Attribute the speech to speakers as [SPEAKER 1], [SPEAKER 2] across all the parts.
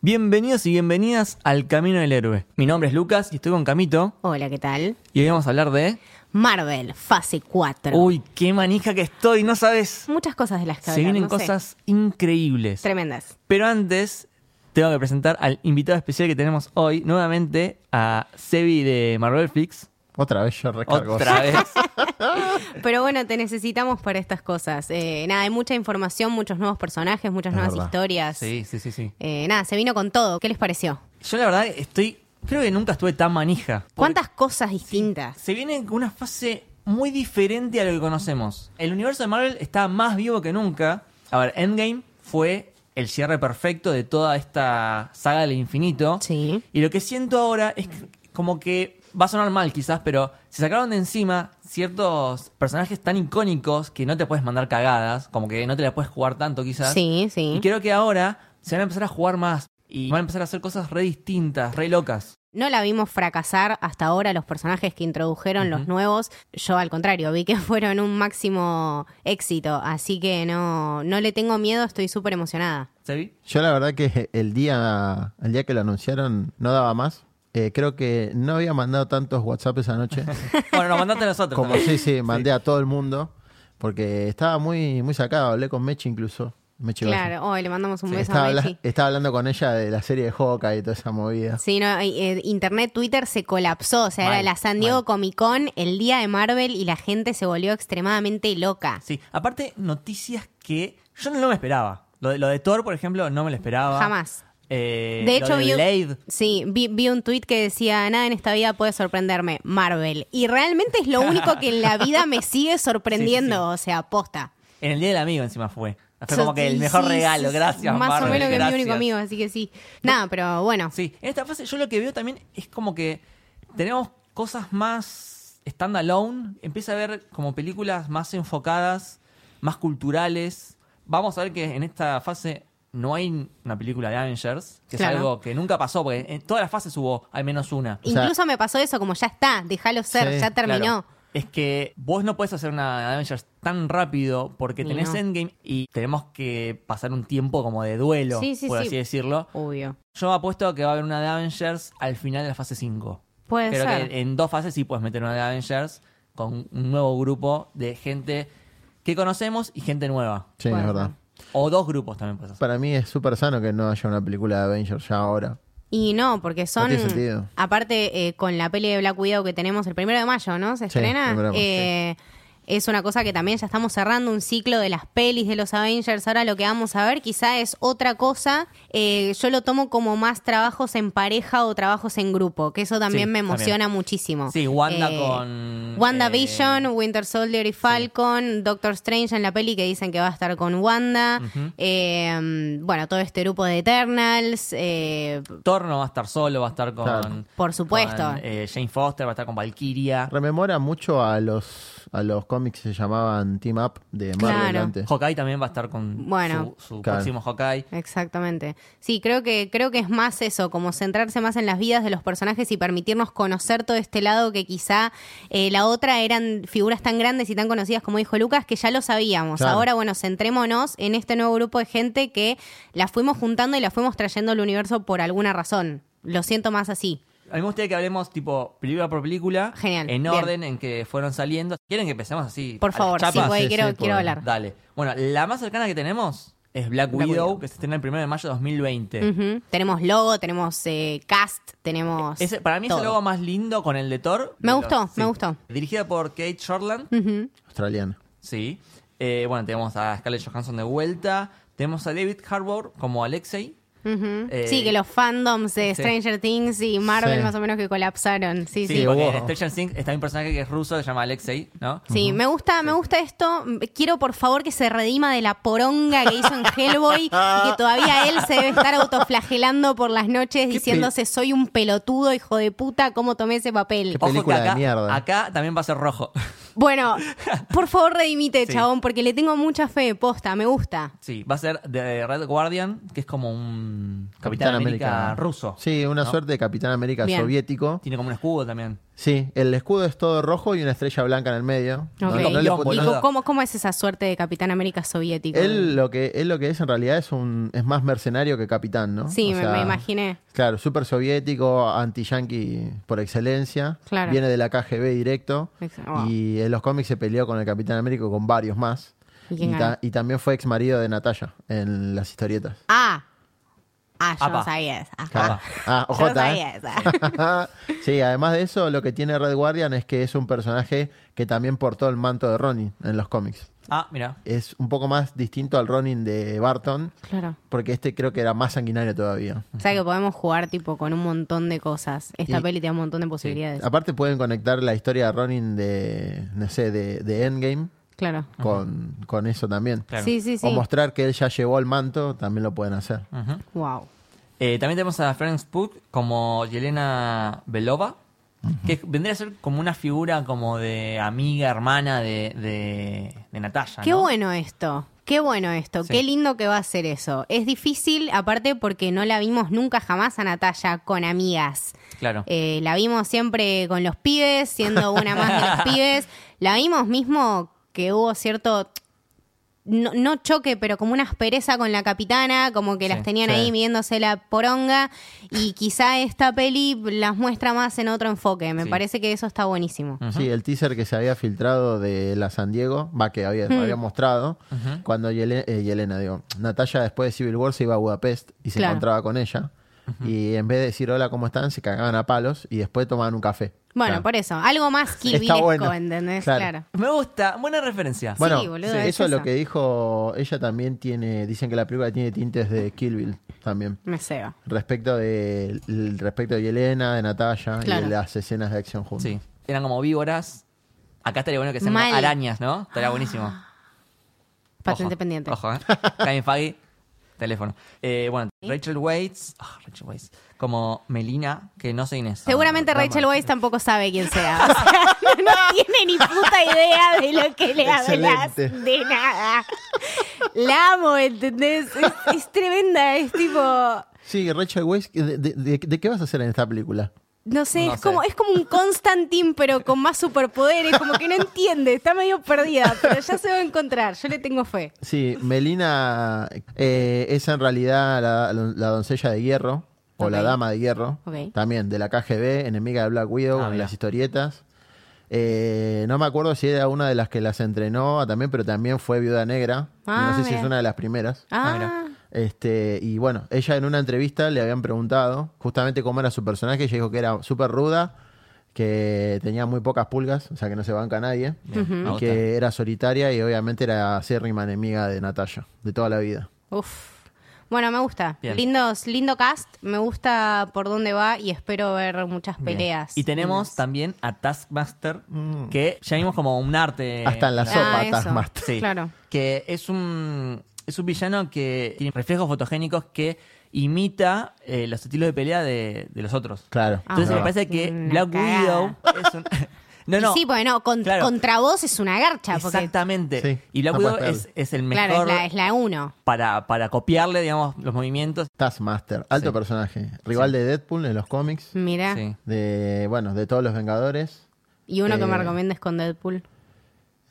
[SPEAKER 1] Bienvenidos y bienvenidas al Camino del Héroe. Mi nombre es Lucas y estoy con Camito
[SPEAKER 2] Hola, ¿qué tal?
[SPEAKER 1] y hoy vamos a hablar de...
[SPEAKER 2] Marvel, fase 4.
[SPEAKER 1] Uy, qué manija que estoy, no sabes.
[SPEAKER 2] Muchas cosas de las que
[SPEAKER 1] Se
[SPEAKER 2] hablar,
[SPEAKER 1] vienen
[SPEAKER 2] no sé.
[SPEAKER 1] cosas increíbles.
[SPEAKER 2] tremendas.
[SPEAKER 1] Pero antes tengo que presentar al invitado especial que tenemos hoy, nuevamente a Sebi de Marvelflix.
[SPEAKER 3] Otra vez yo recargo.
[SPEAKER 1] Otra vez.
[SPEAKER 2] Pero bueno, te necesitamos para estas cosas. Eh, nada, hay mucha información, muchos nuevos personajes, muchas
[SPEAKER 3] Es
[SPEAKER 2] nuevas
[SPEAKER 3] verdad.
[SPEAKER 2] historias.
[SPEAKER 1] Sí, sí, sí, sí.
[SPEAKER 2] Eh, nada, se vino con todo. ¿Qué les pareció?
[SPEAKER 1] Yo la verdad estoy... Creo que nunca estuve tan manija.
[SPEAKER 2] ¿Cuántas cosas distintas?
[SPEAKER 1] se viene con una fase muy diferente a lo que conocemos. El universo de Marvel está más vivo que nunca. A ver, Endgame fue el cierre perfecto de toda esta saga del infinito.
[SPEAKER 2] Sí.
[SPEAKER 1] Y lo que siento ahora es que- como que va a sonar mal quizás, pero se sacaron de encima ciertos personajes tan icónicos que no te puedes mandar cagadas, como que no te la puedes jugar tanto quizás.
[SPEAKER 2] Sí, sí.
[SPEAKER 1] Y creo que ahora se van a empezar a jugar más y van a empezar a hacer cosas re distintas, re locas.
[SPEAKER 2] No la vimos fracasar hasta ahora los personajes que introdujeron los nuevos. Yo al contrario, vi que fueron un máximo éxito, así que no, no le tengo miedo, estoy súper emocionada.
[SPEAKER 1] ¿Sebi?
[SPEAKER 3] Yo la verdad que el día, el día que lo anunciaron no daba más. Eh, creo que no había mandado tantos WhatsApp esa noche.
[SPEAKER 1] Bueno, nos mandaste a nosotros.
[SPEAKER 3] como
[SPEAKER 1] también.
[SPEAKER 3] sí, sí, mandé a todo el mundo. Porque estaba muy, muy sacado. Hablé con Mechi incluso. Mechi Goya.
[SPEAKER 2] Claro, hoy le mandamos un
[SPEAKER 3] Sí,
[SPEAKER 2] beso
[SPEAKER 3] estaba,
[SPEAKER 2] a
[SPEAKER 3] habla-
[SPEAKER 2] Mechi.
[SPEAKER 3] estaba hablando con ella de la serie de Hawkeye y toda esa movida.
[SPEAKER 2] Sí, no, eh, eh, internet, Twitter se colapsó. O sea, era
[SPEAKER 1] Mal,
[SPEAKER 2] la San Diego
[SPEAKER 1] mal.
[SPEAKER 2] Comic Con, el día de Marvel y la gente se volvió extremadamente loca.
[SPEAKER 1] Sí, aparte, noticias que yo no me esperaba. Lo de, lo de Thor, por ejemplo, no me lo esperaba.
[SPEAKER 2] Jamás.
[SPEAKER 1] Eh,
[SPEAKER 2] De hecho,
[SPEAKER 1] lo de
[SPEAKER 2] vi,
[SPEAKER 1] Blade,
[SPEAKER 2] un, sí, vi, vi un tweet que decía: Nada en esta vida puede sorprenderme, Marvel. Y realmente es lo único que en la vida me sigue sorprendiendo, o sea, posta.
[SPEAKER 1] en el Día del Amigo encima fue. Fue
[SPEAKER 2] Yo-
[SPEAKER 1] como que el
[SPEAKER 2] sí,
[SPEAKER 1] mejor
[SPEAKER 2] sí,
[SPEAKER 1] regalo,
[SPEAKER 2] sí, sí,
[SPEAKER 1] gracias.
[SPEAKER 2] Más
[SPEAKER 1] Marvel,
[SPEAKER 2] o menos que es mi
[SPEAKER 1] gracias.
[SPEAKER 2] único amigo, así que sí. Nada, pero bueno.
[SPEAKER 1] Sí, en esta fase yo lo que veo también es como que tenemos cosas más standalone. Empieza a ver como películas más enfocadas, más culturales. Vamos a ver que en esta fase no hay una película de Avengers, que es
[SPEAKER 2] Claro.
[SPEAKER 1] algo que nunca pasó, porque en todas las fases hubo al menos una.
[SPEAKER 3] O sea-
[SPEAKER 2] Incluso me pasó eso, como ya está, déjalo ser,
[SPEAKER 3] Sí,
[SPEAKER 2] ya terminó.
[SPEAKER 1] Claro. Es que vos no puedes hacer una Avengers tan rápido porque
[SPEAKER 2] Y
[SPEAKER 1] tenés
[SPEAKER 2] no.
[SPEAKER 1] Endgame y tenemos que pasar un tiempo como de duelo,
[SPEAKER 2] Sí, sí,
[SPEAKER 1] por
[SPEAKER 2] sí.
[SPEAKER 1] así decirlo.
[SPEAKER 2] Obvio.
[SPEAKER 1] Yo apuesto a que va a haber una de Avengers al final de la fase 5.
[SPEAKER 2] Puede
[SPEAKER 1] Creo
[SPEAKER 2] ser.
[SPEAKER 1] que en dos fases sí puedes meter una de Avengers con un nuevo grupo de gente que conocemos y gente nueva.
[SPEAKER 3] Sí, es
[SPEAKER 2] Bueno.
[SPEAKER 3] verdad.
[SPEAKER 1] O dos grupos también puedes hacer.
[SPEAKER 3] Para mí es súper sano que no haya una película de Avengers ya ahora.
[SPEAKER 2] Y no, porque son.
[SPEAKER 3] tiene sentido.
[SPEAKER 2] Aparte, eh, con la peli de Black Widow que tenemos el primero de mayo, ¿no? Se
[SPEAKER 3] Sí,
[SPEAKER 2] estrena.
[SPEAKER 3] primero de mayo,
[SPEAKER 2] Eh, Es una cosa que también ya estamos cerrando un ciclo de las pelis de los Avengers. Ahora lo que vamos a ver quizá es otra cosa. Eh, yo lo tomo como más trabajos en pareja o trabajos en grupo, que eso también
[SPEAKER 1] Sí,
[SPEAKER 2] me emociona
[SPEAKER 1] también.
[SPEAKER 2] muchísimo.
[SPEAKER 1] Sí, Wanda con,
[SPEAKER 2] WandaVision,
[SPEAKER 1] eh,
[SPEAKER 2] Winter Soldier y Falcon, Doctor Strange en la peli que dicen que va a estar con Wanda. Eh, bueno, todo este grupo de Eternals. eh,
[SPEAKER 1] Thor no va a estar solo, va a estar con...
[SPEAKER 3] Claro.
[SPEAKER 2] Por supuesto.
[SPEAKER 1] con, eh, Jane Foster, va a estar con Valkyria.
[SPEAKER 3] Rememora mucho a los, a los cómics que se llamaban Team Up de Marvel
[SPEAKER 2] Claro.
[SPEAKER 3] antes.
[SPEAKER 1] Hawkeye también va a estar con
[SPEAKER 2] Bueno.
[SPEAKER 1] su, su
[SPEAKER 3] Claro.
[SPEAKER 1] próximo Hawkeye.
[SPEAKER 2] Exactamente. Sí, creo que, creo que es más eso, como centrarse más en las vidas de los personajes y permitirnos conocer todo este lado que quizá eh, la otra eran figuras tan grandes y tan conocidas como dijo Lucas, que ya lo sabíamos.
[SPEAKER 3] Claro.
[SPEAKER 2] Ahora, bueno, centrémonos en este nuevo grupo de gente que la fuimos juntando y la fuimos trayendo al universo por alguna razón. Lo siento más así.
[SPEAKER 1] A mí me gustaría que hablemos tipo película por película.
[SPEAKER 2] Genial,
[SPEAKER 1] En
[SPEAKER 2] bien.
[SPEAKER 1] orden, en que fueron saliendo. ¿Quieren que empecemos así?
[SPEAKER 2] Por
[SPEAKER 1] a las
[SPEAKER 2] favor, sí,
[SPEAKER 1] chapas?
[SPEAKER 2] güey,
[SPEAKER 3] Sí,
[SPEAKER 2] quiero,
[SPEAKER 3] sí,
[SPEAKER 2] quiero
[SPEAKER 3] por-
[SPEAKER 2] hablar.
[SPEAKER 1] Dale. Bueno, la más cercana que tenemos es Black,
[SPEAKER 2] Black
[SPEAKER 1] Widow,
[SPEAKER 2] Widow.
[SPEAKER 1] que se estrena el 1 de mayo de 2020.
[SPEAKER 2] Ujú. Tenemos logo, tenemos eh, cast, tenemos...
[SPEAKER 1] Ese- para mí es el
[SPEAKER 2] todo.
[SPEAKER 1] logo más lindo con el de Thor.
[SPEAKER 2] Me
[SPEAKER 1] Los-
[SPEAKER 2] gustó, me gustó.
[SPEAKER 1] Dirigida por Kate Shortland.
[SPEAKER 3] Australiano.
[SPEAKER 1] Sí. Eh, bueno, tenemos a Scarlett Johansson de vuelta. Tenemos a David Harbour como Alexei.
[SPEAKER 2] Ujú.
[SPEAKER 1] Eh,
[SPEAKER 2] sí, que los fandoms de
[SPEAKER 1] sí.
[SPEAKER 2] Stranger Things y Marvel
[SPEAKER 3] Sí.
[SPEAKER 2] más o menos que colapsaron. Sí,
[SPEAKER 1] Sí,
[SPEAKER 2] sí.
[SPEAKER 1] porque
[SPEAKER 3] wow.
[SPEAKER 1] en Stranger Things está un personaje que es ruso, se llama Alexei, ¿no?
[SPEAKER 2] Sí, me gusta, me gusta esto. Quiero por favor que se redima de la poronga que hizo en Hellboy y que todavía él se debe estar autoflagelando por las noches diciéndose soy un pelotudo, hijo de puta, cómo tomé ese papel.
[SPEAKER 3] Qué película
[SPEAKER 1] que acá,
[SPEAKER 3] de mierda.
[SPEAKER 1] acá también va a ser rojo.
[SPEAKER 2] Bueno, por favor redimite,
[SPEAKER 1] Sí.
[SPEAKER 2] chabón, porque le tengo mucha fe, posta, me gusta.
[SPEAKER 1] Sí, va a ser de Red Guardian, que es como un Capitán, América, ruso.
[SPEAKER 3] Sí, una suerte de Capitán América
[SPEAKER 2] Bien.
[SPEAKER 3] soviético.
[SPEAKER 1] Tiene como un escudo también.
[SPEAKER 3] Sí, el escudo es todo rojo y una estrella blanca en el medio. No-
[SPEAKER 2] Ok.
[SPEAKER 3] no le
[SPEAKER 1] Quilombo,
[SPEAKER 3] pon-
[SPEAKER 2] Y
[SPEAKER 1] boludo.
[SPEAKER 2] co- ¿cómo, cómo es esa suerte de Capitán América soviético?
[SPEAKER 3] Él lo que él lo que es en realidad es un es más mercenario que capitán, ¿no?
[SPEAKER 2] Sí,
[SPEAKER 3] O
[SPEAKER 2] me-
[SPEAKER 3] sea,
[SPEAKER 2] me imaginé.
[SPEAKER 3] Claro, súper soviético, anti-yankee por excelencia.
[SPEAKER 2] Claro.
[SPEAKER 3] Viene de la KGB directo.
[SPEAKER 2] Ex- wow.
[SPEAKER 3] Y en los cómics se peleó con el Capitán Américo y con varios más.
[SPEAKER 2] ¿Y quién
[SPEAKER 3] ta-
[SPEAKER 2] ganó?
[SPEAKER 3] y también fue ex marido de Natalia en las historietas.
[SPEAKER 2] Ah. Ah, yo
[SPEAKER 1] Apa.
[SPEAKER 2] no sabía esa.
[SPEAKER 1] Apa.
[SPEAKER 2] Ajá. Yo no
[SPEAKER 3] Ah, ojota, ¿eh?
[SPEAKER 2] sabía esa.
[SPEAKER 3] sí, además de eso, lo que tiene Red Guardian es que es un personaje que también portó el manto de Ronin en los cómics.
[SPEAKER 1] Ah, mira.
[SPEAKER 3] Es un poco más distinto al Ronin de Barton,
[SPEAKER 2] Claro.
[SPEAKER 3] porque este creo que era más sanguinario todavía.
[SPEAKER 2] O sea que podemos jugar tipo con un montón de cosas. Esta
[SPEAKER 3] Y-
[SPEAKER 2] peli tiene un montón de posibilidades.
[SPEAKER 3] Aparte pueden conectar la historia de Ronin de, no sé, de, de Endgame
[SPEAKER 2] Claro.
[SPEAKER 3] con, con eso también.
[SPEAKER 1] Claro.
[SPEAKER 2] Sí, sí, sí.
[SPEAKER 3] O mostrar que él ya llevó el manto, también lo pueden hacer.
[SPEAKER 1] Ujú.
[SPEAKER 2] Wow.
[SPEAKER 1] Eh, también tenemos a Frank Spook como Yelena Belova, que vendría a ser como una figura como de amiga, hermana de, de, de Natalia.
[SPEAKER 2] Qué
[SPEAKER 1] Ah, ¿no?
[SPEAKER 2] bueno esto. Qué bueno esto.
[SPEAKER 1] Sí.
[SPEAKER 2] Qué lindo que va a ser eso. Es difícil, aparte porque no la vimos nunca jamás a Natalia con amigas.
[SPEAKER 1] Claro.
[SPEAKER 2] Eh, la vimos siempre con los pibes, siendo una más de los pibes. La vimos mismo que hubo cierto. No, no choque, pero como una aspereza con la capitana, como que
[SPEAKER 1] Sí,
[SPEAKER 2] las tenían
[SPEAKER 3] sí.
[SPEAKER 2] ahí midiéndose la poronga. Y quizá esta peli las muestra más en otro enfoque. Me
[SPEAKER 1] Sí.
[SPEAKER 2] parece que eso está buenísimo.
[SPEAKER 3] Sí, el teaser que se había filtrado de la San Diego, va, que había,
[SPEAKER 2] Mm.
[SPEAKER 3] había mostrado, cuando Yele- eh, Yelena, digo, Natalia después de Civil War se iba a Budapest y se
[SPEAKER 2] Claro.
[SPEAKER 3] encontraba con ella. Y en vez de decir hola, ¿cómo están? Se cagaban a palos y después tomaban un café.
[SPEAKER 2] Bueno,
[SPEAKER 3] Claro.
[SPEAKER 2] por eso. Algo más Kill
[SPEAKER 3] Está
[SPEAKER 2] Billesco,
[SPEAKER 3] bueno.
[SPEAKER 2] ¿entendés?
[SPEAKER 3] Claro.
[SPEAKER 2] Claro.
[SPEAKER 1] Me gusta, buena referencia.
[SPEAKER 3] Bueno,
[SPEAKER 2] boludo,
[SPEAKER 3] sí,
[SPEAKER 2] es
[SPEAKER 3] eso es lo
[SPEAKER 2] esa.
[SPEAKER 3] que dijo, ella también tiene, dicen que la película tiene tintes de Kill Bill también.
[SPEAKER 2] Me ceba.
[SPEAKER 3] Respecto de, el- respecto de Yelena, de Natalia y
[SPEAKER 2] Claro.
[SPEAKER 3] de las escenas de acción juntas.
[SPEAKER 1] Sí. Eran como víboras. Acá estaría bueno que sean
[SPEAKER 2] Mal.
[SPEAKER 1] arañas, ¿no?
[SPEAKER 3] Ah.
[SPEAKER 1] Estaría buenísimo.
[SPEAKER 2] Patente
[SPEAKER 1] Ojo,
[SPEAKER 2] pendiente.
[SPEAKER 1] Ojo, ¿eh? Kevin Feige, teléfono. Eh, bueno, Rachel Waits. ah, Rachel Waits. Como Melina, que no sé quién es.
[SPEAKER 2] Seguramente
[SPEAKER 1] Ah, no,
[SPEAKER 2] Rachel
[SPEAKER 1] no,
[SPEAKER 2] Weisz tampoco sabe quién sea. O sea, no, tiene ni puta idea de lo que le hablas.
[SPEAKER 3] Excelente.
[SPEAKER 2] De nada. La amo, ¿entendés? Es, es tremenda, es tipo.
[SPEAKER 3] Sí, Rachel Weisz, ¿de, de- de- de qué vas a hacer en esta película?
[SPEAKER 2] No sé,
[SPEAKER 1] No
[SPEAKER 2] es
[SPEAKER 1] sé.
[SPEAKER 2] como es como un Constantine, pero con más superpoderes, como que no entiende, está medio perdida, pero ya se va a encontrar, yo le tengo fe.
[SPEAKER 3] Sí, Melina eh, es en realidad la, la doncella de hierro o la
[SPEAKER 2] Ok.
[SPEAKER 3] dama de hierro,
[SPEAKER 2] Ok.
[SPEAKER 3] también de la KGB, enemiga de Black Widow
[SPEAKER 1] Ah,
[SPEAKER 3] en
[SPEAKER 1] mira.
[SPEAKER 3] las historietas. Eh, no me acuerdo si era una de las que las entrenó ah, también, pero también fue viuda negra.
[SPEAKER 2] Ah,
[SPEAKER 3] no sé si
[SPEAKER 2] mira.
[SPEAKER 3] es una de las primeras.
[SPEAKER 1] mira.
[SPEAKER 2] Ah,
[SPEAKER 3] Este, y bueno, ella en una entrevista le habían preguntado justamente cómo era su personaje. Ella dijo que era súper ruda, que tenía muy pocas pulgas, o sea que no se banca a nadie.
[SPEAKER 1] Bien, me
[SPEAKER 3] Y
[SPEAKER 1] gusta.
[SPEAKER 3] que era solitaria y obviamente era acérrima enemiga de Natalia, de toda la vida.
[SPEAKER 2] Uf. Bueno, me gusta.
[SPEAKER 1] Bien.
[SPEAKER 2] Lindos, lindo cast, me gusta por dónde va y espero ver muchas
[SPEAKER 1] Bien.
[SPEAKER 2] peleas.
[SPEAKER 1] Y tenemos
[SPEAKER 2] lindas.
[SPEAKER 1] también a Taskmaster, que ya vimos como un arte.
[SPEAKER 3] Mm. Hasta en la
[SPEAKER 2] Ah,
[SPEAKER 3] sopa,
[SPEAKER 2] eso.
[SPEAKER 3] Taskmaster.
[SPEAKER 1] Sí.
[SPEAKER 2] Claro.
[SPEAKER 1] Que es un, es un villano que tiene reflejos fotogénicos que imita eh, los estilos de pelea de, de los otros.
[SPEAKER 3] Claro.
[SPEAKER 1] Entonces
[SPEAKER 2] Ah.
[SPEAKER 1] me parece que
[SPEAKER 2] Una
[SPEAKER 1] Black
[SPEAKER 2] cagada.
[SPEAKER 1] Widow es un... No,
[SPEAKER 2] Y
[SPEAKER 1] no.
[SPEAKER 2] sí, porque no, con-
[SPEAKER 1] Claro.
[SPEAKER 2] contra vos es una garcha. Porque,
[SPEAKER 1] Exactamente.
[SPEAKER 3] Sí,
[SPEAKER 1] y Black
[SPEAKER 3] no
[SPEAKER 1] Widow
[SPEAKER 3] puede
[SPEAKER 1] es,
[SPEAKER 3] ser.
[SPEAKER 1] es el mejor
[SPEAKER 2] claro, es la, es la uno.
[SPEAKER 1] Para, para copiarle, digamos, los movimientos.
[SPEAKER 3] Taskmaster, alto
[SPEAKER 1] Sí.
[SPEAKER 3] personaje. Rival de Deadpool en los cómics.
[SPEAKER 1] Mm.
[SPEAKER 2] Mira.
[SPEAKER 1] Sí.
[SPEAKER 3] De, bueno, de todos los Vengadores.
[SPEAKER 2] Y uno que
[SPEAKER 3] Eh,
[SPEAKER 2] me recomiendes con Deadpool.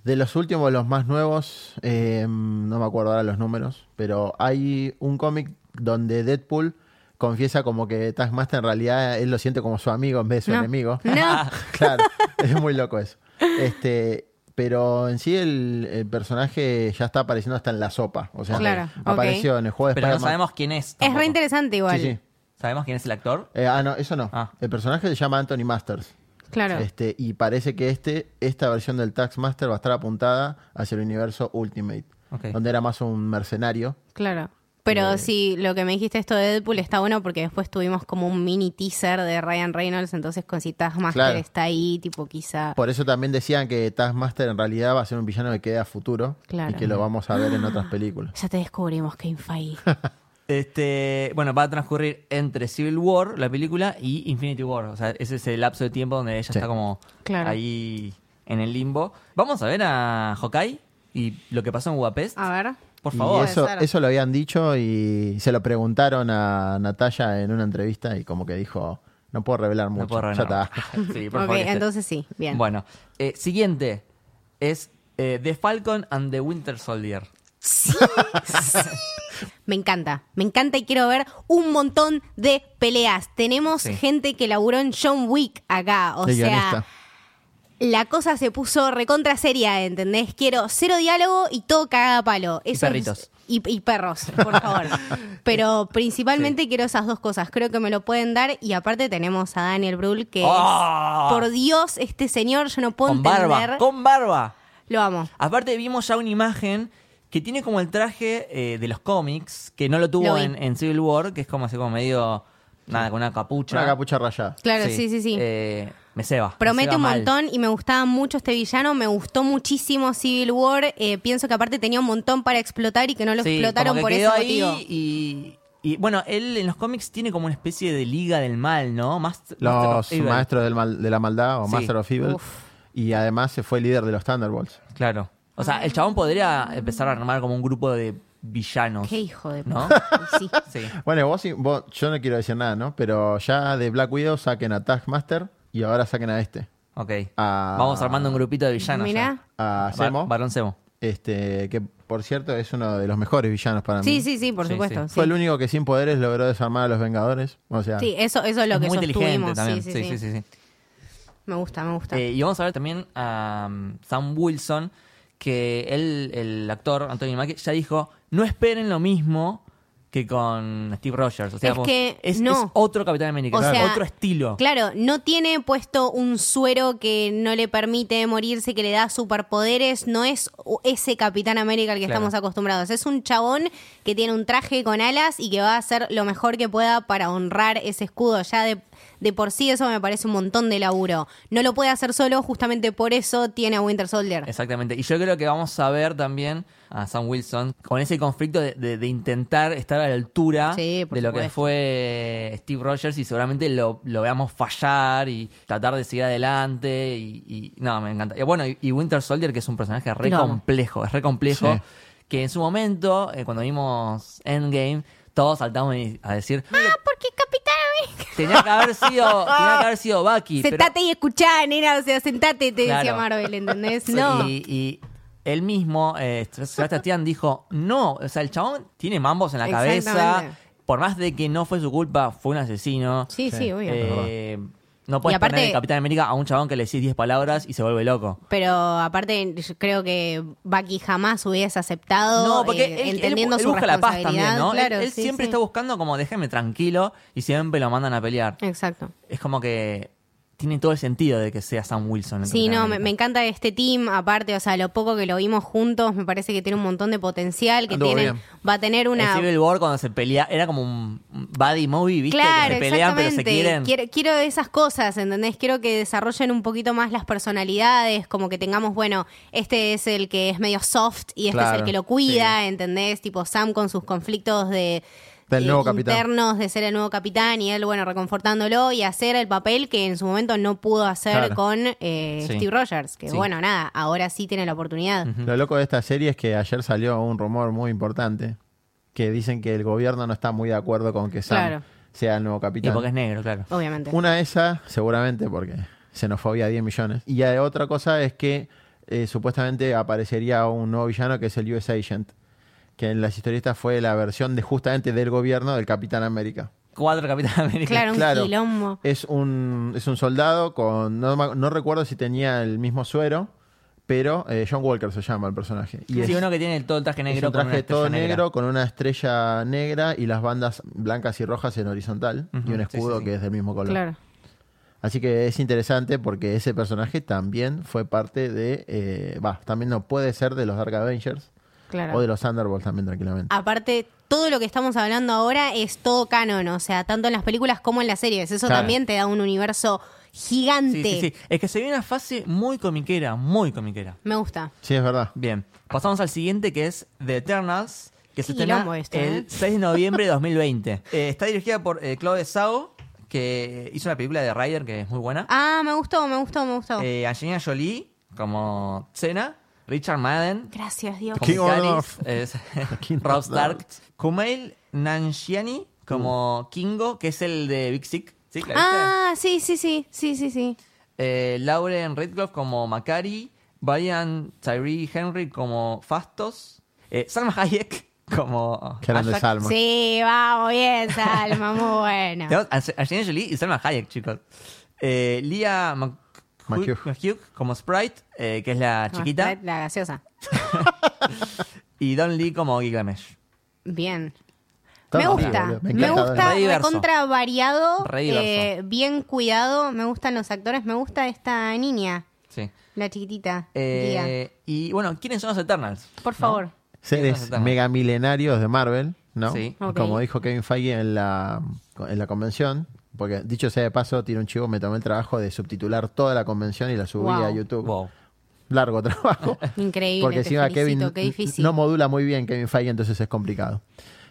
[SPEAKER 3] De los últimos, los más nuevos, eh, no me acuerdo ahora los números, pero hay un cómic donde Deadpool confiesa como que Taskmaster en realidad él lo siente como su amigo en vez de su
[SPEAKER 2] No.
[SPEAKER 3] enemigo.
[SPEAKER 2] No.
[SPEAKER 3] claro, es muy loco eso. Este, pero en sí el, el personaje ya está apareciendo hasta en la sopa. O sea,
[SPEAKER 2] Claro,
[SPEAKER 3] apareció en el juego de
[SPEAKER 1] Pero no
[SPEAKER 3] Spider-Man.
[SPEAKER 1] sabemos quién es.
[SPEAKER 2] es
[SPEAKER 1] tampoco.
[SPEAKER 2] re interesante igual.
[SPEAKER 3] Sí, sí.
[SPEAKER 1] ¿Sabemos quién es el actor?
[SPEAKER 3] Eh, ah, no, eso no.
[SPEAKER 1] Ah.
[SPEAKER 3] El personaje se llama Anthony Masters.
[SPEAKER 2] Claro.
[SPEAKER 3] Este, y parece que este, esta versión del Taskmaster va a estar apuntada hacia el universo Ultimate,
[SPEAKER 1] Ok.
[SPEAKER 3] donde era más un mercenario.
[SPEAKER 2] Claro.
[SPEAKER 3] Eh.
[SPEAKER 2] Pero sí, lo que me dijiste esto de Deadpool está bueno porque después tuvimos como un mini teaser de Ryan Reynolds, entonces con si Taskmaster
[SPEAKER 3] Claro.
[SPEAKER 2] está ahí, tipo quizá.
[SPEAKER 3] Por eso también decían que Taskmaster en realidad va a ser un villano que quede a futuro
[SPEAKER 2] Claro.
[SPEAKER 3] y que lo vamos a ver en
[SPEAKER 1] Ah.
[SPEAKER 3] otras películas.
[SPEAKER 2] Ya te descubrimos, Kane Feige.
[SPEAKER 1] Este, bueno, va a transcurrir entre Civil War, la película, y Infinity War. O sea, ese es el lapso de tiempo donde ella
[SPEAKER 3] Sí.
[SPEAKER 1] está como
[SPEAKER 2] Claro.
[SPEAKER 1] ahí en el limbo. Vamos a ver a Hawkeye y lo que pasó en Budapest.
[SPEAKER 2] A ver.
[SPEAKER 1] Por
[SPEAKER 3] Y
[SPEAKER 1] favor.
[SPEAKER 3] eso,
[SPEAKER 2] Sara.
[SPEAKER 3] eso lo habían dicho y se lo preguntaron a Natalia en una entrevista y como que dijo, No puedo revelar mucho.
[SPEAKER 1] No puedo
[SPEAKER 3] Ya
[SPEAKER 1] revelar.
[SPEAKER 3] está.
[SPEAKER 1] Sí, por
[SPEAKER 2] Ok,
[SPEAKER 1] favor, este-
[SPEAKER 2] entonces sí, bien.
[SPEAKER 1] Bueno, eh, siguiente es eh, The Falcon and the Winter Soldier.
[SPEAKER 2] Me encanta, me encanta y quiero ver un montón de peleas. Tenemos
[SPEAKER 1] Sí.
[SPEAKER 2] gente que laburó en John Wick acá, o
[SPEAKER 3] El
[SPEAKER 2] sea,
[SPEAKER 3] guionista.
[SPEAKER 2] la cosa se puso recontra seria, ¿entendés? Quiero cero diálogo y todo cagada a palo. Eso es-
[SPEAKER 1] perritos.
[SPEAKER 2] y, y perros, por favor. Pero principalmente quiero esas dos cosas. Creo que me lo pueden dar. Y aparte tenemos a Daniel Brühl, que es-
[SPEAKER 1] ¡Ah!
[SPEAKER 2] por Dios, este señor, yo no puedo
[SPEAKER 1] Con
[SPEAKER 2] entender.
[SPEAKER 1] barba, con barba.
[SPEAKER 2] Lo amo.
[SPEAKER 1] Aparte vimos ya una imagen que tiene como el traje eh, de los cómics, que no lo tuvo
[SPEAKER 2] Lo vi.
[SPEAKER 1] en, en Civil War, que es como así como medio, nada, con una capucha.
[SPEAKER 3] Una capucha rayada.
[SPEAKER 2] Claro, sí, sí, sí.
[SPEAKER 1] Eh, me ceba. me
[SPEAKER 2] Promete
[SPEAKER 1] ceba
[SPEAKER 2] un
[SPEAKER 1] mal.
[SPEAKER 2] montón y me gustaba mucho este villano, me gustó muchísimo Civil War, eh, pienso que aparte tenía un montón para explotar y que no lo
[SPEAKER 1] Sí,
[SPEAKER 2] explotaron
[SPEAKER 1] como que
[SPEAKER 2] por ese
[SPEAKER 1] quedó ahí
[SPEAKER 2] motivo.
[SPEAKER 1] Y, y, bueno, él en los cómics tiene como una especie de liga del mal, ¿no? Mas- Master
[SPEAKER 3] Los
[SPEAKER 1] of Evil.
[SPEAKER 3] maestros del mal- de la maldad o
[SPEAKER 1] Sí.
[SPEAKER 3] Master of Evil. Y además se fue líder de los Thunderbolts.
[SPEAKER 1] Claro. O sea, el chabón podría empezar a armar como un grupo de villanos.
[SPEAKER 2] Qué hijo de
[SPEAKER 1] ¿No?
[SPEAKER 2] puta. Sí.
[SPEAKER 1] Sí.
[SPEAKER 3] Bueno, vos, sí- vos- yo no quiero decir nada, ¿no? Pero ya de Black Widow saquen a Taskmaster y ahora saquen a este.
[SPEAKER 1] Ok.
[SPEAKER 3] Ah.
[SPEAKER 1] Vamos armando un grupito de villanos.
[SPEAKER 2] Mirá.
[SPEAKER 1] ya.
[SPEAKER 3] A
[SPEAKER 1] Va-
[SPEAKER 3] Zemo,
[SPEAKER 1] Varón Zemo.
[SPEAKER 3] este, que por cierto es uno de los mejores villanos para mí.
[SPEAKER 2] sí, sí, sí, por
[SPEAKER 1] Sí,
[SPEAKER 2] supuesto.
[SPEAKER 1] sí.
[SPEAKER 3] Fue
[SPEAKER 2] sí.
[SPEAKER 3] el único que sin poderes logró desarmar a los Vengadores. O sea,
[SPEAKER 2] Sí, eso, eso es lo
[SPEAKER 1] Es
[SPEAKER 2] que
[SPEAKER 1] muy inteligente
[SPEAKER 2] sostuvimos.
[SPEAKER 1] también.
[SPEAKER 2] Sí, sí, sí,
[SPEAKER 1] sí, sí.
[SPEAKER 2] Me gusta, me gusta.
[SPEAKER 1] Eh, y vamos a ver también a um, Sam Wilson, que él, el actor Anthony Mackie, ya dijo, no esperen lo mismo que con Steve Rogers. O sea,
[SPEAKER 2] Es
[SPEAKER 1] como-
[SPEAKER 2] que
[SPEAKER 1] es,
[SPEAKER 2] no.
[SPEAKER 1] es otro Capitán América,
[SPEAKER 2] O sea,
[SPEAKER 1] otro estilo.
[SPEAKER 2] Claro, no tiene puesto un suero que no le permite morirse, que le da superpoderes, no es o- ese Capitán América al que
[SPEAKER 1] Claro.
[SPEAKER 2] estamos acostumbrados. Es un chabón que tiene un traje con alas y que va a hacer lo mejor que pueda para honrar ese escudo. Ya de, de por sí eso me parece un montón de laburo. No lo puede hacer solo, justamente por eso tiene a Winter Soldier.
[SPEAKER 1] Exactamente. Y yo creo que vamos a ver también a Sam Wilson con ese conflicto de, de- de intentar estar a la altura
[SPEAKER 2] Sí, por
[SPEAKER 1] de lo que
[SPEAKER 2] supuesto.
[SPEAKER 1] fue Steve Rogers y seguramente lo, lo veamos fallar y tratar de seguir adelante. Y, y- no, me encanta. Y bueno, y, y Winter Soldier, que es un personaje re
[SPEAKER 2] Lo amo.
[SPEAKER 1] complejo, es re complejo.
[SPEAKER 3] Sí.
[SPEAKER 1] Que en su momento, eh, cuando vimos Endgame, todos saltamos y- a decir:
[SPEAKER 2] Ah, porque Capitán América.
[SPEAKER 1] Tenía que haber sido, tenía que haber sido Bucky. pero-
[SPEAKER 2] Sentate y escuchá, nena, o sea, sentate, te decía
[SPEAKER 1] Claro.
[SPEAKER 2] Marvel, ¿entendés? No.
[SPEAKER 1] Y, y él mismo, eh, Sebastián Tian, dijo, no, o sea, el chabón tiene mambos en la cabeza.
[SPEAKER 2] Exactamente.
[SPEAKER 1] Por más de que no fue su culpa, fue un asesino.
[SPEAKER 2] Sí, sí, obvio.
[SPEAKER 1] Eh, no puedes
[SPEAKER 2] Y aparte-
[SPEAKER 1] poner el Capitán América a un chabón que le decís 10 palabras y se vuelve loco.
[SPEAKER 2] Pero aparte, yo creo que Bucky jamás hubiese aceptado.
[SPEAKER 1] No, porque
[SPEAKER 2] eh,
[SPEAKER 1] él, él-
[SPEAKER 2] entendiendo
[SPEAKER 1] él
[SPEAKER 2] su
[SPEAKER 1] busca la paz
[SPEAKER 2] responsabilidad.
[SPEAKER 1] también, ¿no? Él-
[SPEAKER 2] Claro,
[SPEAKER 1] él
[SPEAKER 2] sí,
[SPEAKER 1] siempre
[SPEAKER 2] sí.
[SPEAKER 1] está buscando como déjeme tranquilo y siempre lo mandan a pelear.
[SPEAKER 2] Exacto.
[SPEAKER 1] Es como que tiene todo el sentido de que sea Sam Wilson. el
[SPEAKER 2] Sí,
[SPEAKER 1] Capitán
[SPEAKER 2] no, me,
[SPEAKER 1] América.
[SPEAKER 2] me encanta este team, aparte, o sea, lo poco que lo vimos juntos, me parece que tiene un montón de potencial, que
[SPEAKER 3] Anduvo
[SPEAKER 2] tiene,
[SPEAKER 3] bien.
[SPEAKER 2] va a tener
[SPEAKER 1] En
[SPEAKER 2] una...
[SPEAKER 1] Civil War cuando se pelea, era como un buddy movie, ¿viste?
[SPEAKER 2] Claro,
[SPEAKER 1] que se pelean pero se
[SPEAKER 2] exactamente.
[SPEAKER 1] quieren.
[SPEAKER 2] Quiero, quiero esas cosas, ¿entendés? Quiero que desarrollen un poquito más las personalidades, como que tengamos, bueno, este es el que es medio soft y este es
[SPEAKER 3] Claro,
[SPEAKER 2] el que lo cuida, ¿entendés? Tipo Sam con sus conflictos de...
[SPEAKER 3] Del
[SPEAKER 2] de
[SPEAKER 3] nuevo capitán.
[SPEAKER 2] internos de ser el nuevo capitán y él, bueno, reconfortándolo y hacer el papel que en su momento no pudo hacer
[SPEAKER 3] Claro.
[SPEAKER 2] con eh,
[SPEAKER 1] Sí.
[SPEAKER 2] Steve Rogers, que
[SPEAKER 1] Sí. Mm.
[SPEAKER 2] bueno, nada, ahora sí tiene la oportunidad.
[SPEAKER 3] Lo loco de esta serie es que ayer salió un rumor muy importante que dicen que el gobierno no está muy de acuerdo con que Sam
[SPEAKER 2] Claro.
[SPEAKER 3] sea el nuevo
[SPEAKER 1] Y
[SPEAKER 3] capitán.
[SPEAKER 1] porque es negro, claro.
[SPEAKER 2] Obviamente.
[SPEAKER 3] Una esa, seguramente, porque xenofobia 10 millones. Y eh, otra cosa es que eh, supuestamente aparecería un nuevo villano que es el US Agent, que en las historietas fue la versión de justamente del gobierno del Capitán América.
[SPEAKER 1] Cuatro Capitán América.
[SPEAKER 2] Claro, un quilombo.
[SPEAKER 3] Es un, es un soldado con. No, me ac- no recuerdo si tenía el mismo suero, pero eh, John Walker se llama el personaje. Y es,
[SPEAKER 1] Sí, uno que tiene todo el traje
[SPEAKER 3] es
[SPEAKER 1] negro.
[SPEAKER 3] un
[SPEAKER 1] con una
[SPEAKER 3] traje todo
[SPEAKER 1] estrella negra.
[SPEAKER 3] negro con una estrella negra y las bandas blancas y rojas en horizontal y
[SPEAKER 1] Ujú,
[SPEAKER 3] un
[SPEAKER 1] sí,
[SPEAKER 3] escudo
[SPEAKER 1] sí, sí.
[SPEAKER 3] que es del mismo color.
[SPEAKER 2] Claro.
[SPEAKER 3] Así que es interesante porque ese personaje también fue parte de. eh, Va, también no puede ser de los Dark Avengers
[SPEAKER 2] Claro. Ah.
[SPEAKER 3] o de los Thunderbolts también, tranquilamente.
[SPEAKER 2] Aparte, todo lo que estamos hablando ahora es todo canon, o sea, tanto en las películas como en las series. Eso
[SPEAKER 3] Claro.
[SPEAKER 2] también te da un universo gigante.
[SPEAKER 1] Sí, sí, sí. Es que se viene una fase muy comiquera, muy comiquera.
[SPEAKER 2] Me gusta.
[SPEAKER 3] Sí, es verdad.
[SPEAKER 1] Bien, pasamos al siguiente que es The Eternals, que se
[SPEAKER 2] Qué quilombo
[SPEAKER 1] estrena
[SPEAKER 2] esto, ¿eh?
[SPEAKER 1] el 6 de noviembre de 2020. Eh, está dirigida por eh, Claude Sao, que hizo una película de Ryder que es muy buena.
[SPEAKER 2] Ah, me gustó, me gustó, me gustó.
[SPEAKER 1] Eh, Angelina Jolie como Cena, Richard Madden
[SPEAKER 2] Gracias, Dios.
[SPEAKER 3] King of
[SPEAKER 1] Comicaris,
[SPEAKER 3] North.
[SPEAKER 1] es-
[SPEAKER 3] King of
[SPEAKER 1] Rob Stark.
[SPEAKER 3] North. Mm.
[SPEAKER 1] Kumail Nanjiani como Kingo, que es el de Big Sick. ¿Sí, Clarita?
[SPEAKER 2] Ah, sí, sí, sí, sí, sí, sí.
[SPEAKER 1] Eh, Lauren Redcliffe como Macari, Brian Tyree Henry como Fastos, eh, Salma Hayek como
[SPEAKER 3] Que eran de
[SPEAKER 1] Ajak.
[SPEAKER 3] Salma.
[SPEAKER 2] Sí, vamos bien, Salma, muy bueno.
[SPEAKER 1] Tenemos a Ang- Angelina Jolie y Salma Hayek, chicos. Eh, Lia McHugh-
[SPEAKER 3] McHugh.
[SPEAKER 1] McHugh como Sprite, eh, que es la chiquita,
[SPEAKER 2] La gaseosa.
[SPEAKER 1] y Don Lee como Gilgamesh.
[SPEAKER 2] Bien.
[SPEAKER 3] Está
[SPEAKER 2] me
[SPEAKER 3] horrible,
[SPEAKER 2] gusta,
[SPEAKER 3] me
[SPEAKER 2] me,
[SPEAKER 3] encanta,
[SPEAKER 2] gusta,
[SPEAKER 1] Re diverso.
[SPEAKER 2] contra variado,
[SPEAKER 1] Re diverso.
[SPEAKER 2] eh, bien cuidado, me gustan los actores, me gusta esta niña,
[SPEAKER 1] Sí.
[SPEAKER 2] la chiquitita.
[SPEAKER 1] Eh, y bueno, ¿quiénes son los Eternals?
[SPEAKER 2] Lía. Por favor.
[SPEAKER 1] Sí,
[SPEAKER 3] Seres
[SPEAKER 1] no, no, no.
[SPEAKER 3] megamilenarios de Marvel, ¿no?
[SPEAKER 1] Sí.
[SPEAKER 2] Ok.
[SPEAKER 3] Como dijo Kevin Feige en la, en la convención, porque dicho sea de paso, tiene un chivo, me tomé el trabajo de subtitular toda la convención y la subí
[SPEAKER 2] Wow.
[SPEAKER 3] a YouTube.
[SPEAKER 1] Wow.
[SPEAKER 3] Largo trabajo.
[SPEAKER 2] Increíble,
[SPEAKER 3] porque
[SPEAKER 2] te
[SPEAKER 3] encima
[SPEAKER 2] felicito,
[SPEAKER 3] Kevin
[SPEAKER 2] qué difícil.
[SPEAKER 3] no modula muy bien Kevin Feige, entonces es complicado.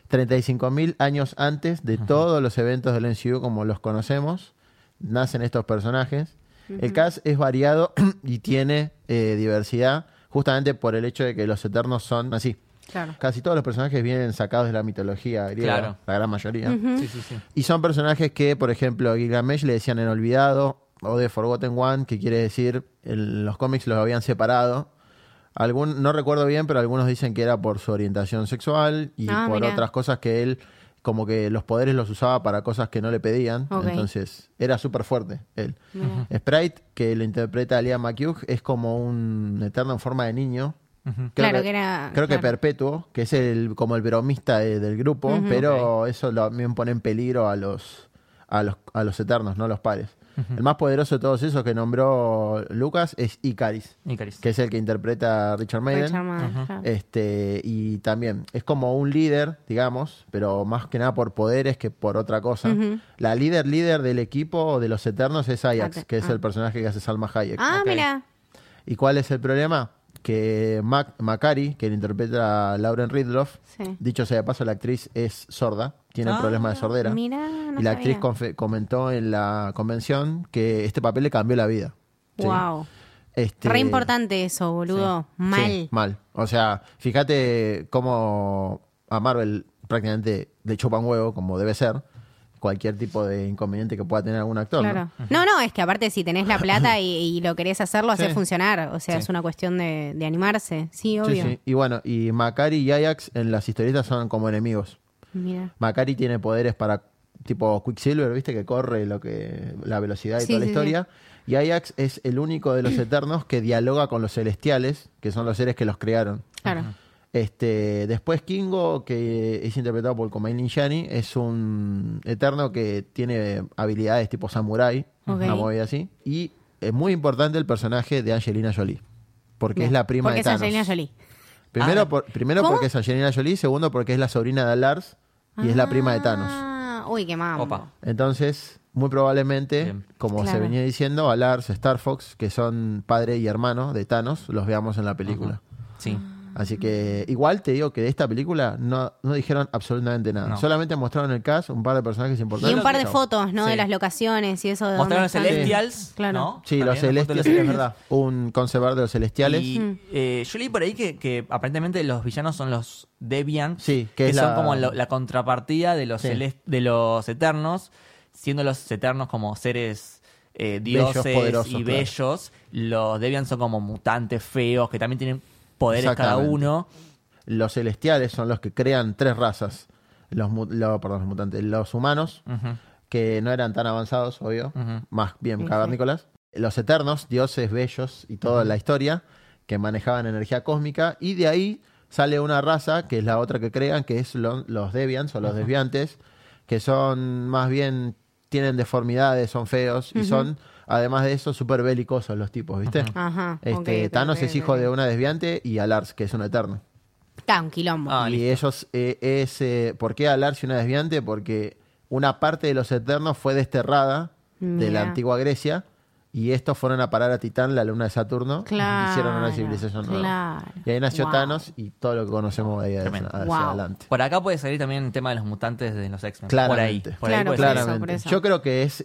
[SPEAKER 3] 35.000 años antes de todos los eventos del MCU como los conocemos, nacen estos personajes. El cast es variado y tiene eh, diversidad justamente por el hecho de que los Eternos son así.
[SPEAKER 2] Claro.
[SPEAKER 3] Casi todos los personajes vienen sacados de la mitología griega,
[SPEAKER 1] Claro.
[SPEAKER 3] la gran mayoría.
[SPEAKER 1] Sí, sí, sí.
[SPEAKER 3] Y son personajes que, por ejemplo, a Gilgamesh le decían en Olvidado o de Forgotten One, que quiere decir en los cómics los habían separado. Algún, no recuerdo bien, pero algunos dicen que era por su orientación sexual y
[SPEAKER 2] Ah,
[SPEAKER 3] por
[SPEAKER 2] mirá.
[SPEAKER 3] otras cosas que él, como que los poderes los usaba para cosas que no le pedían.
[SPEAKER 2] Ok.
[SPEAKER 3] Entonces, era súper fuerte él. Sprite, que lo interpreta Liam McHugh, es como un eterno en forma de niño. Creo
[SPEAKER 2] Claro que era-
[SPEAKER 3] Creo que
[SPEAKER 2] Ah, claro.
[SPEAKER 3] Perpetuo, que es el como el bromista de- del grupo, pero eso lo- también pone en peligro a los, a los, a los eternos, no a los pares. El más poderoso de todos esos que nombró Lucas es Icaris,
[SPEAKER 1] Icaris.
[SPEAKER 3] que es el que interpreta a Richard Maiden.
[SPEAKER 2] Richard Madden, claro.
[SPEAKER 3] Este, y también es como un líder, digamos, pero más que nada por poderes que por otra cosa. La líder líder del equipo de los Eternos es Ajax,
[SPEAKER 2] Ate-
[SPEAKER 3] que es
[SPEAKER 2] ah.
[SPEAKER 3] el personaje que hace Salma Hayek.
[SPEAKER 2] Ah,
[SPEAKER 1] ok.
[SPEAKER 2] mira,
[SPEAKER 3] ¿Y cuál es el problema? Que Mac Macari, que le interpreta a Lauren Ridloff,
[SPEAKER 2] Sí.
[SPEAKER 3] dicho sea de paso, la actriz es sorda, tiene
[SPEAKER 1] Ah,
[SPEAKER 3] un problema de sordera.
[SPEAKER 2] mirá, no
[SPEAKER 3] y
[SPEAKER 2] sabía.
[SPEAKER 3] la actriz confe- comentó en la convención que este papel le cambió la vida. Sí.
[SPEAKER 2] wow.
[SPEAKER 3] Este-
[SPEAKER 2] Re importante eso, boludo. Mal.
[SPEAKER 3] Sí, mal. O sea, fíjate cómo a Marvel prácticamente le chupan huevo, como debe ser, cualquier tipo de inconveniente que pueda tener algún actor. ¿no?
[SPEAKER 2] Claro. No, no, es que aparte si tenés la plata y, y lo querés hacer, lo
[SPEAKER 3] Sí.
[SPEAKER 2] haces funcionar. O sea,
[SPEAKER 1] Sí.
[SPEAKER 2] es una cuestión de, de animarse. Sí,
[SPEAKER 3] Sí,
[SPEAKER 2] obvio.
[SPEAKER 3] sí. Y bueno, y Macari y Ajax en las historietas son como enemigos.
[SPEAKER 2] Mira.
[SPEAKER 3] Macari tiene poderes para tipo Quicksilver, ¿viste? Que corre lo que la velocidad y
[SPEAKER 2] Sí,
[SPEAKER 3] toda la
[SPEAKER 2] sí,
[SPEAKER 3] historia. Y Ajax es el único de los Eternos que dialoga con los celestiales, que son los seres que los crearon.
[SPEAKER 2] Claro.
[SPEAKER 3] Este, después Kingo, que es interpretado por Kumail Ninjani, es un eterno que tiene habilidades tipo samurai,
[SPEAKER 2] Ok.
[SPEAKER 3] una movida así. Y es muy importante el personaje de Angelina Jolie, porque es la prima
[SPEAKER 2] Porque
[SPEAKER 3] de
[SPEAKER 2] es
[SPEAKER 3] Thanos.
[SPEAKER 2] Angelina Jolie.
[SPEAKER 3] Primero,
[SPEAKER 1] Ah.
[SPEAKER 3] por- primero
[SPEAKER 2] ¿Cómo?
[SPEAKER 3] porque es Angelina Jolie, segundo porque es la sobrina de Lars y es la prima de Thanos.
[SPEAKER 2] Ah, uy, qué mambo.
[SPEAKER 1] Opa.
[SPEAKER 3] Entonces, muy probablemente,
[SPEAKER 1] Bien.
[SPEAKER 3] como se
[SPEAKER 2] Claro.
[SPEAKER 3] venía diciendo, a Lars, Star Fox, que son padre y hermano de Thanos, los veamos en la película.
[SPEAKER 1] Sí.
[SPEAKER 3] Así que igual te digo que de esta película no, no dijeron absolutamente nada.
[SPEAKER 1] No.
[SPEAKER 3] Solamente mostraron el cast, un par de personajes
[SPEAKER 2] Y
[SPEAKER 3] importantes.
[SPEAKER 2] un par de
[SPEAKER 1] Chao.
[SPEAKER 2] fotos, ¿no?
[SPEAKER 1] Sí.
[SPEAKER 2] De las locaciones y eso. De
[SPEAKER 1] Mostraron
[SPEAKER 2] dónde
[SPEAKER 1] los
[SPEAKER 2] están.
[SPEAKER 1] Celestials,
[SPEAKER 2] Claro.
[SPEAKER 1] ¿no?
[SPEAKER 3] Sí, los
[SPEAKER 1] También,
[SPEAKER 3] celestiales, es verdad. Un conservador de los celestiales.
[SPEAKER 1] Y, eh, yo leí por ahí que, que aparentemente los villanos son los Deviants,
[SPEAKER 3] Sí, que es
[SPEAKER 1] son
[SPEAKER 3] la-
[SPEAKER 1] como lo- la contrapartida de los,
[SPEAKER 3] Sí.
[SPEAKER 1] celest- de los Eternos, siendo los Eternos como seres eh,
[SPEAKER 3] Bellos,
[SPEAKER 1] dioses
[SPEAKER 3] poderosos,
[SPEAKER 1] y
[SPEAKER 3] claro.
[SPEAKER 1] bellos, los Deviants son como mutantes feos que también tienen poderes cada
[SPEAKER 3] Exactamente.
[SPEAKER 1] uno.
[SPEAKER 3] Los celestiales son los que crean tres razas. Los, mu- lo- perdón, los mutantes. Los humanos,
[SPEAKER 1] Ujú.
[SPEAKER 3] que no eran tan avanzados, obvio.
[SPEAKER 1] Ujú.
[SPEAKER 3] Más bien
[SPEAKER 2] Sí,
[SPEAKER 3] cavernícolas. Los eternos, dioses bellos y toda la historia, que manejaban energía cósmica. Y de ahí sale una raza, que es la otra que crean, que es lo- los deviants o los desviantes, que son más bien, tienen deformidades, son feos y son, además de eso, súper belicosos los tipos, ¿viste?
[SPEAKER 2] Ajá.
[SPEAKER 3] Este,
[SPEAKER 2] ok, ok,
[SPEAKER 3] Thanos
[SPEAKER 2] ok,
[SPEAKER 3] es hijo
[SPEAKER 2] ok.
[SPEAKER 3] de una desviante y Alars, que es un eterno.
[SPEAKER 2] Está un quilombo.
[SPEAKER 1] Ah,
[SPEAKER 3] y ellos, eh, es, eh, ¿por qué hablar si una desviante? Porque una parte de los Eternos fue desterrada de la
[SPEAKER 2] Mirá.
[SPEAKER 3] antigua Grecia y estos fueron a parar a Titán, la luna de Saturno, y
[SPEAKER 2] Claro,
[SPEAKER 3] hicieron una civilización nueva.
[SPEAKER 2] claro.
[SPEAKER 3] Y ahí nació
[SPEAKER 2] Wow.
[SPEAKER 3] Thanos y todo lo que conocemos de ahí hacia,
[SPEAKER 1] Tremendo.
[SPEAKER 3] hacia
[SPEAKER 2] Wow.
[SPEAKER 3] adelante.
[SPEAKER 1] Por acá puede salir también el tema de los mutantes de los X-Men. Por ahí.
[SPEAKER 3] Claramente.
[SPEAKER 1] Por ahí puede
[SPEAKER 2] Claro, por
[SPEAKER 1] salir.
[SPEAKER 2] eso,
[SPEAKER 3] Claramente.
[SPEAKER 2] eso.
[SPEAKER 3] Yo creo que es,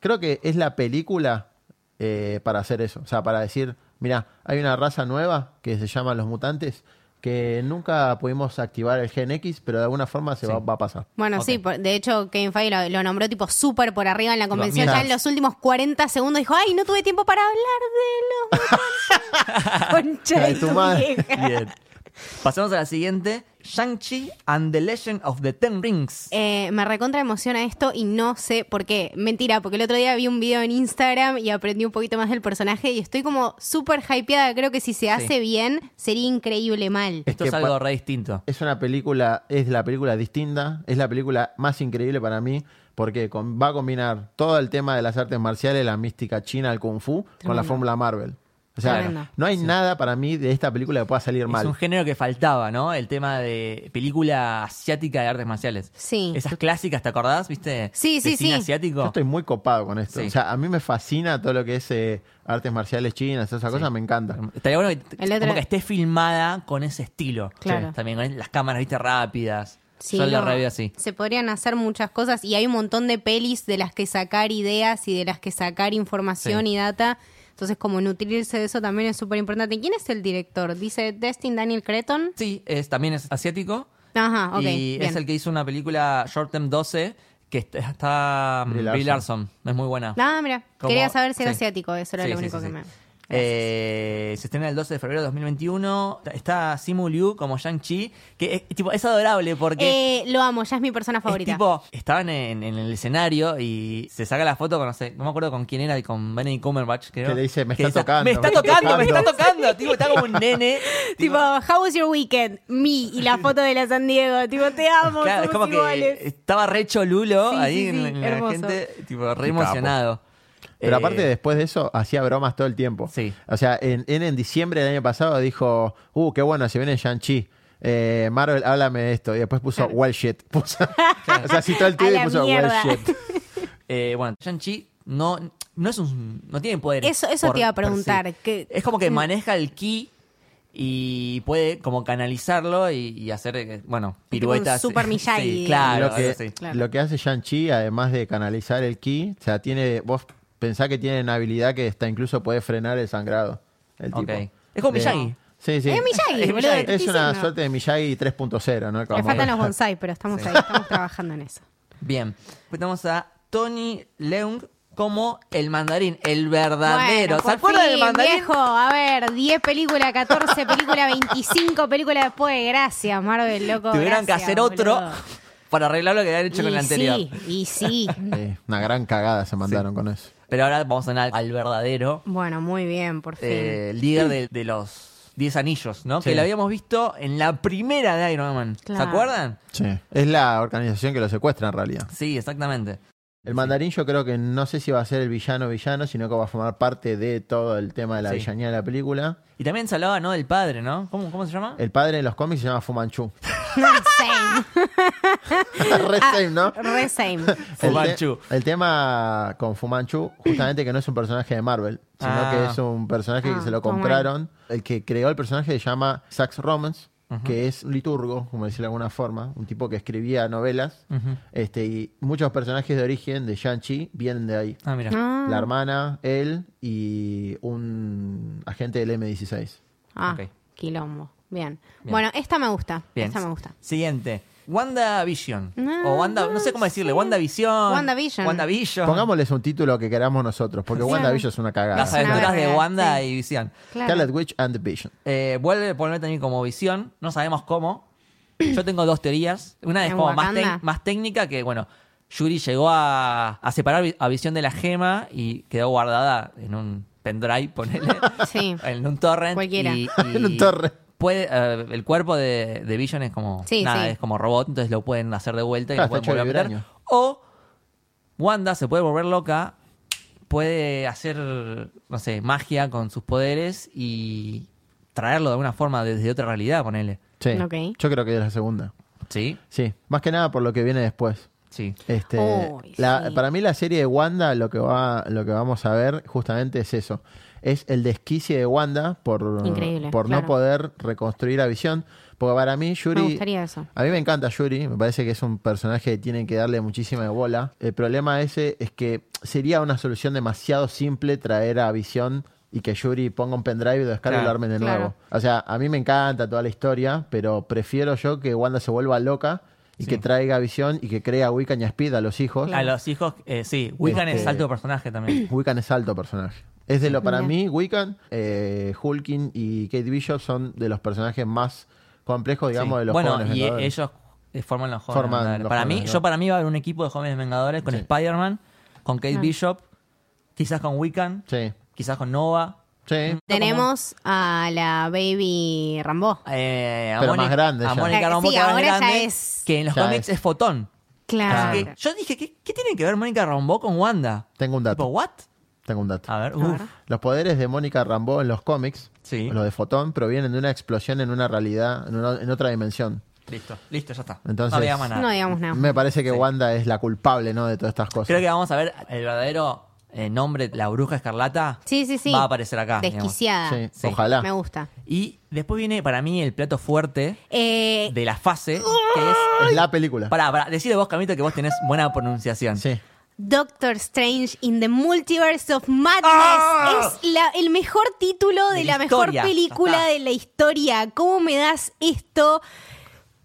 [SPEAKER 3] creo que es la película eh, para hacer eso. O sea, para decir, mira, hay una raza nueva que se llama los mutantes que nunca pudimos activar el Gen X, pero de alguna forma se
[SPEAKER 1] Sí.
[SPEAKER 3] va, va a pasar.
[SPEAKER 2] Bueno,
[SPEAKER 1] Ok.
[SPEAKER 2] sí, por- de hecho Kevin Feige lo, lo nombró tipo súper por arriba en la convención.
[SPEAKER 3] mira.
[SPEAKER 2] Ya en los últimos 40 segundos dijo, ay, no tuve tiempo para hablar de los botones". Concha de
[SPEAKER 3] Ay, tu
[SPEAKER 2] tu
[SPEAKER 3] madre.
[SPEAKER 2] vieja.
[SPEAKER 1] Bien. Pasemos a la siguiente. Shang-Chi and the Legend of the Ten Rings.
[SPEAKER 2] Eh, me recontra emociona esto y no sé por qué. Mentira, porque el otro día vi un video en Instagram y aprendí un poquito más del personaje y estoy como súper hypeada. Creo que si se hace bien, sería increíble mal.
[SPEAKER 1] Esto
[SPEAKER 3] que
[SPEAKER 1] es algo
[SPEAKER 3] pa-
[SPEAKER 1] re distinto.
[SPEAKER 3] Es una película, es la película distinta, es la película más increíble para mí, porque con- va a combinar todo el tema de las artes marciales, la mística china, el kung fu, con la fórmula Marvel. O sea,
[SPEAKER 2] Tremendo.
[SPEAKER 3] no hay nada para mí de esta película que pueda salir
[SPEAKER 1] Es
[SPEAKER 3] mal.
[SPEAKER 1] un género que faltaba, ¿no? El tema de película asiática de artes marciales.
[SPEAKER 2] Sí.
[SPEAKER 1] Esas clásicas, ¿te acordás? ¿Viste? De
[SPEAKER 2] Sí, sí,
[SPEAKER 1] cine
[SPEAKER 2] sí.
[SPEAKER 1] asiático.
[SPEAKER 3] Yo estoy muy copado con esto.
[SPEAKER 1] Sí.
[SPEAKER 3] O sea, a mí me fascina todo lo que es eh, artes marciales chinas, esas cosas me encanta.
[SPEAKER 1] Estaría bueno que,
[SPEAKER 2] El otro-
[SPEAKER 1] como que esté filmada con ese estilo.
[SPEAKER 2] Claro.
[SPEAKER 1] Sí. También con las cámaras, viste, rápidas.
[SPEAKER 2] Sí,
[SPEAKER 1] Yo lo
[SPEAKER 2] no.
[SPEAKER 1] reveo así.
[SPEAKER 2] Se podrían hacer muchas cosas y hay un montón de pelis de las que sacar ideas y de las que sacar información
[SPEAKER 1] Sí.
[SPEAKER 2] y data. Entonces, como nutrirse de eso también es súper importante. ¿Quién es el director? Dice Destin Daniel Creton.
[SPEAKER 1] Sí, es, también es asiático.
[SPEAKER 2] Ajá, Ah, ok.
[SPEAKER 1] y es
[SPEAKER 2] bien.
[SPEAKER 1] el que hizo una película Short Term 12 que está, está mm,
[SPEAKER 3] Brie
[SPEAKER 1] Brie
[SPEAKER 3] Larson.
[SPEAKER 1] Larson. Es muy buena.
[SPEAKER 2] Ah, mira,
[SPEAKER 1] Como-
[SPEAKER 2] quería saber si era
[SPEAKER 1] sí.
[SPEAKER 2] asiático, eso era
[SPEAKER 1] Sí,
[SPEAKER 2] lo
[SPEAKER 1] sí,
[SPEAKER 2] único
[SPEAKER 1] sí,
[SPEAKER 2] que
[SPEAKER 1] sí.
[SPEAKER 2] me...
[SPEAKER 1] Eh, se estrena el 12 de febrero de 2021. Está Simu Liu como Shang-Chi, que es, tipo, es adorable porque
[SPEAKER 2] Eh, lo amo, ya es mi persona
[SPEAKER 1] es
[SPEAKER 2] favorita.
[SPEAKER 1] tipo, estaban en, en el escenario y se saca la foto con, no sé, no me acuerdo con quién era, y con Benedict Cumberbatch, creo.
[SPEAKER 3] Que le dice, "Me
[SPEAKER 1] Que
[SPEAKER 3] está
[SPEAKER 1] dice,
[SPEAKER 3] tocando,
[SPEAKER 1] Me está tocando, me está tocando. tipo, está como un nene.
[SPEAKER 2] Tipo, how was your weekend? Me y la foto de la San Diego. Tipo, te amo,
[SPEAKER 1] Claro, es
[SPEAKER 2] somos
[SPEAKER 1] como
[SPEAKER 2] iguales.
[SPEAKER 1] que estaba re cholulo
[SPEAKER 2] Sí,
[SPEAKER 1] ahí
[SPEAKER 2] sí,
[SPEAKER 1] en,
[SPEAKER 2] sí,
[SPEAKER 1] en la
[SPEAKER 2] hermoso.
[SPEAKER 1] gente, tipo, re
[SPEAKER 3] Qué capo.
[SPEAKER 1] emocionado.
[SPEAKER 3] Pero
[SPEAKER 1] Eh,
[SPEAKER 3] aparte, después de eso, hacía bromas todo el tiempo.
[SPEAKER 1] Sí.
[SPEAKER 3] O sea, en, en, en diciembre del año pasado dijo, uh, qué bueno, se viene Shang-Chi. Eh, Marvel, háblame de esto. Y después puso, well shit. Puso- o sea, citó el
[SPEAKER 2] A
[SPEAKER 3] tío y
[SPEAKER 2] la
[SPEAKER 3] puso,
[SPEAKER 2] mierda.
[SPEAKER 3] well shit.
[SPEAKER 1] Eh, bueno, Shang-Chi no, no es un. no tiene poder.
[SPEAKER 2] Eso- eso te iba a preguntar, que-
[SPEAKER 1] Es como que maneja el ki y puede como canalizarlo y, y hacer eh, bueno
[SPEAKER 2] Tipo un
[SPEAKER 1] piruetas.
[SPEAKER 2] super Miyagi.
[SPEAKER 1] Sí, claro,
[SPEAKER 3] lo, que,
[SPEAKER 1] algo así.
[SPEAKER 2] Claro.
[SPEAKER 3] lo que hace Shang-Chi, además de canalizar el ki, o sea, tiene, vos pensás que tiene una habilidad que está incluso puede frenar el sangrado. El
[SPEAKER 1] Ok.
[SPEAKER 3] tipo.
[SPEAKER 1] Es como
[SPEAKER 3] De-
[SPEAKER 1] Miyagi.
[SPEAKER 3] Sí, sí.
[SPEAKER 2] Es Miyagi,
[SPEAKER 1] Es
[SPEAKER 2] boludo.
[SPEAKER 1] Miyagi.
[SPEAKER 2] te
[SPEAKER 3] Es
[SPEAKER 2] estoy
[SPEAKER 3] una
[SPEAKER 2] diciendo.
[SPEAKER 3] suerte de Miyagi 3.0, ¿no?
[SPEAKER 2] Le
[SPEAKER 3] Como-
[SPEAKER 2] faltan los bonsai, pero estamos ahí, estamos trabajando en eso.
[SPEAKER 1] Bien. Pues tenemos a Tony Leung como el mandarín, el verdadero.
[SPEAKER 2] Bueno,
[SPEAKER 1] ¿Se
[SPEAKER 2] por
[SPEAKER 1] acuerdan del
[SPEAKER 2] fin,
[SPEAKER 1] mandarín?
[SPEAKER 2] viejo, a ver, 10 películas, 14 películas, 25 películas después. Gracias, Marvel, loco.
[SPEAKER 1] Tuvieron que
[SPEAKER 2] gracias,
[SPEAKER 1] hacer otro
[SPEAKER 2] boludo.
[SPEAKER 1] para arreglar lo que habían hecho con el
[SPEAKER 2] Y
[SPEAKER 1] anterior.
[SPEAKER 2] sí, y sí.
[SPEAKER 3] Sí, eh, una gran cagada se mandaron con eso.
[SPEAKER 1] Pero ahora vamos a tener al verdadero.
[SPEAKER 2] Bueno, muy bien, por fin.
[SPEAKER 1] eh, líder de, de los 10 anillos, ¿no?
[SPEAKER 3] Sí.
[SPEAKER 1] Que lo habíamos visto en la primera de Iron Man.
[SPEAKER 2] Claro.
[SPEAKER 1] ¿Se acuerdan?
[SPEAKER 3] Sí. Es la organización que lo secuestra en realidad.
[SPEAKER 1] Sí, exactamente.
[SPEAKER 3] El mandarín yo creo que no sé si va a ser el villano villano, sino que va a formar parte de todo el tema de la
[SPEAKER 1] Sí.
[SPEAKER 3] villanía de la película.
[SPEAKER 1] Y también se hablaba, ¿no? Del padre, ¿no? ¿Cómo, cómo se llama?
[SPEAKER 2] Eh,
[SPEAKER 3] El padre en los cómics se llama Fumanchu.
[SPEAKER 2] Same.
[SPEAKER 3] Re same, ¿no?
[SPEAKER 2] Re same.
[SPEAKER 3] El,
[SPEAKER 1] Fu
[SPEAKER 3] te-
[SPEAKER 1] Manchu.
[SPEAKER 3] el tema con Fumanchu, justamente que no es un personaje de Marvel, sino
[SPEAKER 1] Ah.
[SPEAKER 3] que es un personaje
[SPEAKER 2] Ah,
[SPEAKER 3] que se lo
[SPEAKER 2] toma.
[SPEAKER 3] compraron. El que creó el personaje se llama Sax Romans, que es un liturgo, como decirlo de alguna forma, un tipo que escribía novelas. este, y muchos personajes de origen de Shang-Chi vienen de ahí.
[SPEAKER 1] Ah, mira.
[SPEAKER 2] Ah,
[SPEAKER 3] La hermana, él y un agente del M16.
[SPEAKER 2] ah,
[SPEAKER 1] Ok.
[SPEAKER 2] quilombo. Bien.
[SPEAKER 1] Bien.
[SPEAKER 2] Bueno, esta me gusta.
[SPEAKER 1] Bien.
[SPEAKER 2] Esta me gusta.
[SPEAKER 1] Siguiente. WandaVision.
[SPEAKER 2] Ah,
[SPEAKER 1] o Wanda, no sé cómo decirle. WandaVision.
[SPEAKER 2] WandaVision.
[SPEAKER 1] WandaVision.
[SPEAKER 3] Pongámosles un título que queramos nosotros, porque
[SPEAKER 2] Claro.
[SPEAKER 3] WandaVision es una cagada.
[SPEAKER 1] Las
[SPEAKER 2] una
[SPEAKER 1] aventuras de
[SPEAKER 2] verga,
[SPEAKER 1] Wanda
[SPEAKER 2] sí.
[SPEAKER 1] y Visión.
[SPEAKER 2] Claro.
[SPEAKER 3] Scarlet Witch and the Vision.
[SPEAKER 1] Eh, vuelve a ponerme también como visión, no sabemos cómo. Yo tengo dos teorías. Una es
[SPEAKER 2] En
[SPEAKER 1] como más,
[SPEAKER 2] Wakanda.
[SPEAKER 1] tec- más técnica, que bueno, Yuri llegó a, a separar vi- a visión de la gema y quedó guardada en un pendrive, ponele.
[SPEAKER 2] Sí.
[SPEAKER 1] En un torrent.
[SPEAKER 2] Cualquiera.
[SPEAKER 1] y- y
[SPEAKER 3] En un torrent.
[SPEAKER 1] Puede, eh, el cuerpo de, de Vision es como
[SPEAKER 2] Sí,
[SPEAKER 1] nada,
[SPEAKER 2] sí.
[SPEAKER 1] es como robot, entonces lo pueden hacer de vuelta y
[SPEAKER 3] Claro,
[SPEAKER 1] lo pueden
[SPEAKER 3] Ah, está hecho
[SPEAKER 1] volver
[SPEAKER 3] de
[SPEAKER 1] a meter.
[SPEAKER 3] vibranio.
[SPEAKER 1] O Wanda se puede volver loca, puede hacer, no sé, magia con sus poderes y traerlo de alguna forma desde otra realidad, ponele.
[SPEAKER 3] Sí.
[SPEAKER 2] Ok.
[SPEAKER 3] Yo creo que es la segunda.
[SPEAKER 1] Sí,
[SPEAKER 3] Sí, más que nada por lo que viene después.
[SPEAKER 1] sí.
[SPEAKER 3] Este,
[SPEAKER 2] Uy,
[SPEAKER 3] la-
[SPEAKER 2] sí.
[SPEAKER 3] Para mí la serie de Wanda, lo que, va, lo que vamos a ver justamente es eso. Es el desquicie de Wanda por,
[SPEAKER 2] Increíble,
[SPEAKER 3] por
[SPEAKER 2] claro.
[SPEAKER 3] no poder reconstruir a Visión. Porque para mí Yuri...
[SPEAKER 2] Me gustaría eso.
[SPEAKER 3] A mí me encanta Yuri, me parece que es un personaje que tienen que darle muchísima de bola. El problema ese es que sería una solución demasiado simple traer a Visión y que Yuri ponga un pendrive y lo descargue y lo
[SPEAKER 1] Claro.
[SPEAKER 3] armen de
[SPEAKER 2] Claro.
[SPEAKER 3] nuevo. O sea, a mí me encanta toda la historia, pero prefiero yo que Wanda se vuelva loca y
[SPEAKER 1] Sí.
[SPEAKER 3] que traiga visión y que crea Wiccan y a Speed a los hijos.
[SPEAKER 1] A los hijos, eh, sí. Wiccan
[SPEAKER 3] Este-
[SPEAKER 1] es alto personaje también.
[SPEAKER 3] Wiccan es alto personaje. Es de lo para
[SPEAKER 2] Mira.
[SPEAKER 3] mí, Wiccan, eh, Hulkin y Kate Bishop son de los personajes más complejos, digamos,
[SPEAKER 1] Sí.
[SPEAKER 3] de los
[SPEAKER 1] bueno,
[SPEAKER 3] jóvenes
[SPEAKER 1] y
[SPEAKER 3] Vengadores.
[SPEAKER 1] ellos eh, forman los jóvenes.
[SPEAKER 3] Forman
[SPEAKER 1] Vengadores.
[SPEAKER 3] los
[SPEAKER 1] para
[SPEAKER 3] jóvenes
[SPEAKER 1] mí, yo
[SPEAKER 3] Vengadores.
[SPEAKER 1] para mí va a haber un equipo de jóvenes Vengadores con
[SPEAKER 3] Sí.
[SPEAKER 1] Spider-Man, con Kate
[SPEAKER 2] Claro.
[SPEAKER 1] Bishop, quizás con Wiccan,
[SPEAKER 3] Sí,
[SPEAKER 1] quizás con Nova. Mm.
[SPEAKER 3] sí.
[SPEAKER 2] Tenemos a la baby Rambo.
[SPEAKER 1] eh, a
[SPEAKER 3] Pero
[SPEAKER 1] Mónica-
[SPEAKER 3] más grande
[SPEAKER 1] a
[SPEAKER 3] ya.
[SPEAKER 1] Mónica
[SPEAKER 2] Eh, Sí,
[SPEAKER 1] Rambeau, que ahora es
[SPEAKER 2] ahora ya
[SPEAKER 1] grande,
[SPEAKER 2] es-
[SPEAKER 1] que en los
[SPEAKER 3] Ya
[SPEAKER 1] cómics
[SPEAKER 3] es.
[SPEAKER 1] es fotón.
[SPEAKER 2] Claro.
[SPEAKER 1] Así que yo dije, ¿qué, qué tiene que ver Mónica Rambeau con Wanda?
[SPEAKER 3] Tengo un
[SPEAKER 1] Tipo,
[SPEAKER 3] dato.
[SPEAKER 1] ¿what?
[SPEAKER 3] Tengo un dato.
[SPEAKER 1] A ver,
[SPEAKER 2] ver.
[SPEAKER 1] uff.
[SPEAKER 3] Los poderes de Mónica Rambeau en los cómics,
[SPEAKER 1] Sí.
[SPEAKER 3] los de Fotón, provienen de una explosión en una realidad, en, una- en otra dimensión.
[SPEAKER 1] Listo, listo, ya está.
[SPEAKER 3] Entonces-
[SPEAKER 1] no digamos nada.
[SPEAKER 2] No digamos nada.
[SPEAKER 3] Me parece que
[SPEAKER 1] Sí.
[SPEAKER 3] Wanda es la culpable, ¿no? De todas estas cosas.
[SPEAKER 1] Creo que vamos a ver el verdadero eh, nombre, la bruja escarlata.
[SPEAKER 2] Sí, sí, sí.
[SPEAKER 1] Va a aparecer acá. digamos.
[SPEAKER 2] Desquiciada.
[SPEAKER 3] Sí,
[SPEAKER 1] Sí.
[SPEAKER 3] ojalá.
[SPEAKER 2] Ah, Me gusta.
[SPEAKER 1] Y después viene para mí el plato fuerte
[SPEAKER 2] Eh,
[SPEAKER 1] de la fase, que es...
[SPEAKER 3] Es la película.
[SPEAKER 1] Pará, pará, decide vos, Camito, que vos tenés buena pronunciación.
[SPEAKER 3] Sí.
[SPEAKER 2] Doctor Strange in the Multiverse of Madness
[SPEAKER 1] ¡Ah!
[SPEAKER 2] es la- el mejor título de,
[SPEAKER 1] De
[SPEAKER 2] la,
[SPEAKER 1] la
[SPEAKER 2] mejor
[SPEAKER 1] historia,
[SPEAKER 2] película
[SPEAKER 1] ya está.
[SPEAKER 2] de la historia. ¿Cómo me das esto?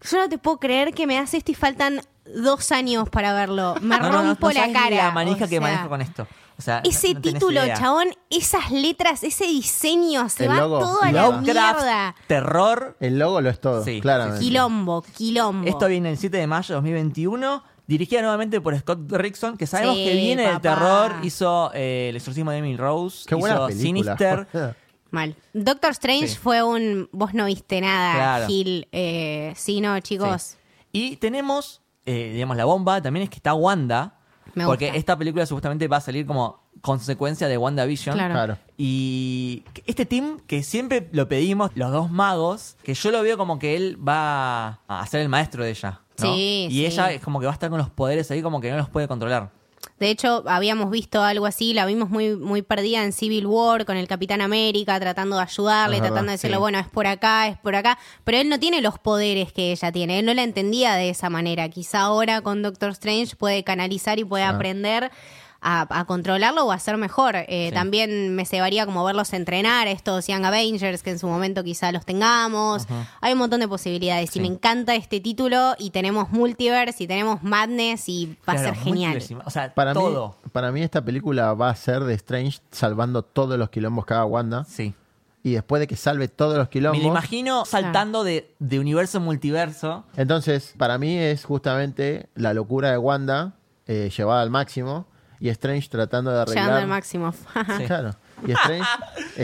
[SPEAKER 2] Yo no te puedo creer que me das esto y faltan dos años para verlo. Me
[SPEAKER 1] No, no, no,
[SPEAKER 2] rompo
[SPEAKER 1] no
[SPEAKER 2] la
[SPEAKER 1] sabés
[SPEAKER 2] cara.
[SPEAKER 1] La
[SPEAKER 2] o
[SPEAKER 1] manija que
[SPEAKER 2] sea,
[SPEAKER 1] manejo con esto. O sea, no-
[SPEAKER 2] Ese
[SPEAKER 1] no tenés
[SPEAKER 2] título,
[SPEAKER 1] idea.
[SPEAKER 2] chabón, esas letras, ese diseño, se
[SPEAKER 3] El
[SPEAKER 2] va
[SPEAKER 3] logo,
[SPEAKER 2] todo a
[SPEAKER 3] el
[SPEAKER 2] la
[SPEAKER 3] logo.
[SPEAKER 2] mierda.
[SPEAKER 1] Lovecraft, terror.
[SPEAKER 3] El logo lo es todo,
[SPEAKER 1] Sí.
[SPEAKER 3] claramente.
[SPEAKER 2] Quilombo, quilombo.
[SPEAKER 1] Esto viene el 7 de mayo de 2021. Dirigida nuevamente por Scott Rickson, que sabemos
[SPEAKER 2] Sí,
[SPEAKER 1] que viene del
[SPEAKER 2] papá.
[SPEAKER 1] terror. Hizo eh, El exorcismo de Emily Rose.
[SPEAKER 3] Qué buena
[SPEAKER 1] hizo
[SPEAKER 3] película.
[SPEAKER 1] Sinister.
[SPEAKER 2] Mal. Doctor Strange
[SPEAKER 1] Sí.
[SPEAKER 2] fue un. Vos no viste nada,
[SPEAKER 1] Claro.
[SPEAKER 2] Gil. Eh, sí, no, chicos.
[SPEAKER 1] Sí. Y tenemos, eh, digamos, la bomba también es que está Wanda.
[SPEAKER 2] Me
[SPEAKER 1] porque
[SPEAKER 2] gusta.
[SPEAKER 1] esta película supuestamente va a salir como consecuencia de WandaVision.
[SPEAKER 2] Claro.
[SPEAKER 3] Claro.
[SPEAKER 1] Y este team que siempre lo pedimos, los dos magos, que yo lo veo como que él va a ser el maestro de ella. ¿no?
[SPEAKER 2] Sí,
[SPEAKER 1] y
[SPEAKER 2] sí.
[SPEAKER 1] ella es como que va a estar con los poderes ahí, como que no los puede controlar.
[SPEAKER 2] De hecho, habíamos visto algo así, la vimos muy, muy perdida en Civil War con el Capitán América, tratando de ayudarle,
[SPEAKER 3] Es verdad,
[SPEAKER 2] tratando de decirle,
[SPEAKER 3] sí.
[SPEAKER 2] bueno, es por acá, es por acá. Pero él no tiene los poderes que ella tiene, él no la entendía de esa manera. Quizá ahora con Doctor Strange puede canalizar y puede
[SPEAKER 3] Ah.
[SPEAKER 2] aprender. A, a controlarlo o a ser mejor. Eh,
[SPEAKER 1] Sí.
[SPEAKER 2] También me cebaría como verlos entrenar a estos Young Avengers, que en su momento quizá los tengamos. Hay un montón de posibilidades. Y
[SPEAKER 1] Sí.
[SPEAKER 2] me encanta este título y tenemos Multiverse y tenemos Madness y va a
[SPEAKER 1] Claro,
[SPEAKER 2] ser
[SPEAKER 1] muy
[SPEAKER 2] genial.
[SPEAKER 1] diversidad. O sea,
[SPEAKER 3] Para
[SPEAKER 1] todo.
[SPEAKER 3] mí, para mí esta película va a ser de Strange salvando todos los quilombos que haga Wanda.
[SPEAKER 1] Sí.
[SPEAKER 3] Y después de que salve todos los
[SPEAKER 1] Me lo
[SPEAKER 3] quilombos,
[SPEAKER 2] Ah.
[SPEAKER 1] imagino saltando de, de universo en multiverso.
[SPEAKER 3] entonces para mí es justamente la locura de Wanda eh, llevada al máximo y Strange tratando de arreglar.
[SPEAKER 2] Llegando al máximo.
[SPEAKER 1] Sí.
[SPEAKER 3] Claro. Y Strange,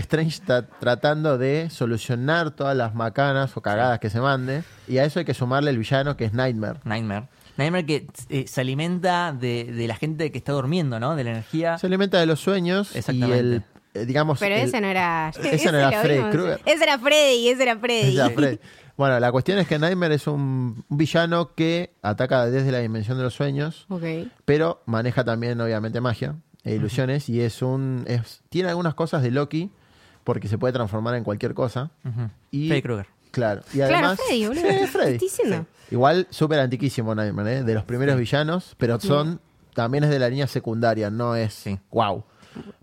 [SPEAKER 3] Strange está tratando de solucionar todas las macanas o cagadas que se mande. Y a eso hay que sumarle el villano que es Nightmare.
[SPEAKER 1] Nightmare. Nightmare que eh, se alimenta de, de la gente que está durmiendo, ¿no? De la energía.
[SPEAKER 3] Se alimenta de los sueños y
[SPEAKER 1] Exactamente.
[SPEAKER 3] el, eh, digamos...
[SPEAKER 2] Pero
[SPEAKER 3] el-
[SPEAKER 2] ese no era.
[SPEAKER 3] ese no era
[SPEAKER 2] lo
[SPEAKER 3] Freddy
[SPEAKER 2] vimos.
[SPEAKER 3] Krueger.
[SPEAKER 2] Ese era Freddy, ese era Freddy.
[SPEAKER 3] Ya, Fred. Bueno, la cuestión es que Nightmare es un un villano que ataca desde la dimensión de los sueños,
[SPEAKER 2] Ok.
[SPEAKER 3] pero maneja también, obviamente, magia e ilusiones. Y es un. es- tiene algunas cosas de Loki, porque se puede transformar en cualquier cosa.
[SPEAKER 1] Ujú.
[SPEAKER 3] Y,
[SPEAKER 1] Freddy Krueger.
[SPEAKER 3] Claro. Y
[SPEAKER 2] Claro,
[SPEAKER 3] además.
[SPEAKER 2] Freddy, boludo,
[SPEAKER 3] Sí,
[SPEAKER 2] ¿qué
[SPEAKER 3] Freddy.
[SPEAKER 2] estoy diciendo?
[SPEAKER 3] Sí. Igual, súper antiquísimo Nightmare, ¿eh? De los primeros villanos, pero son. También es de la línea secundaria, no es.
[SPEAKER 1] Sí.
[SPEAKER 3] ¡Wow!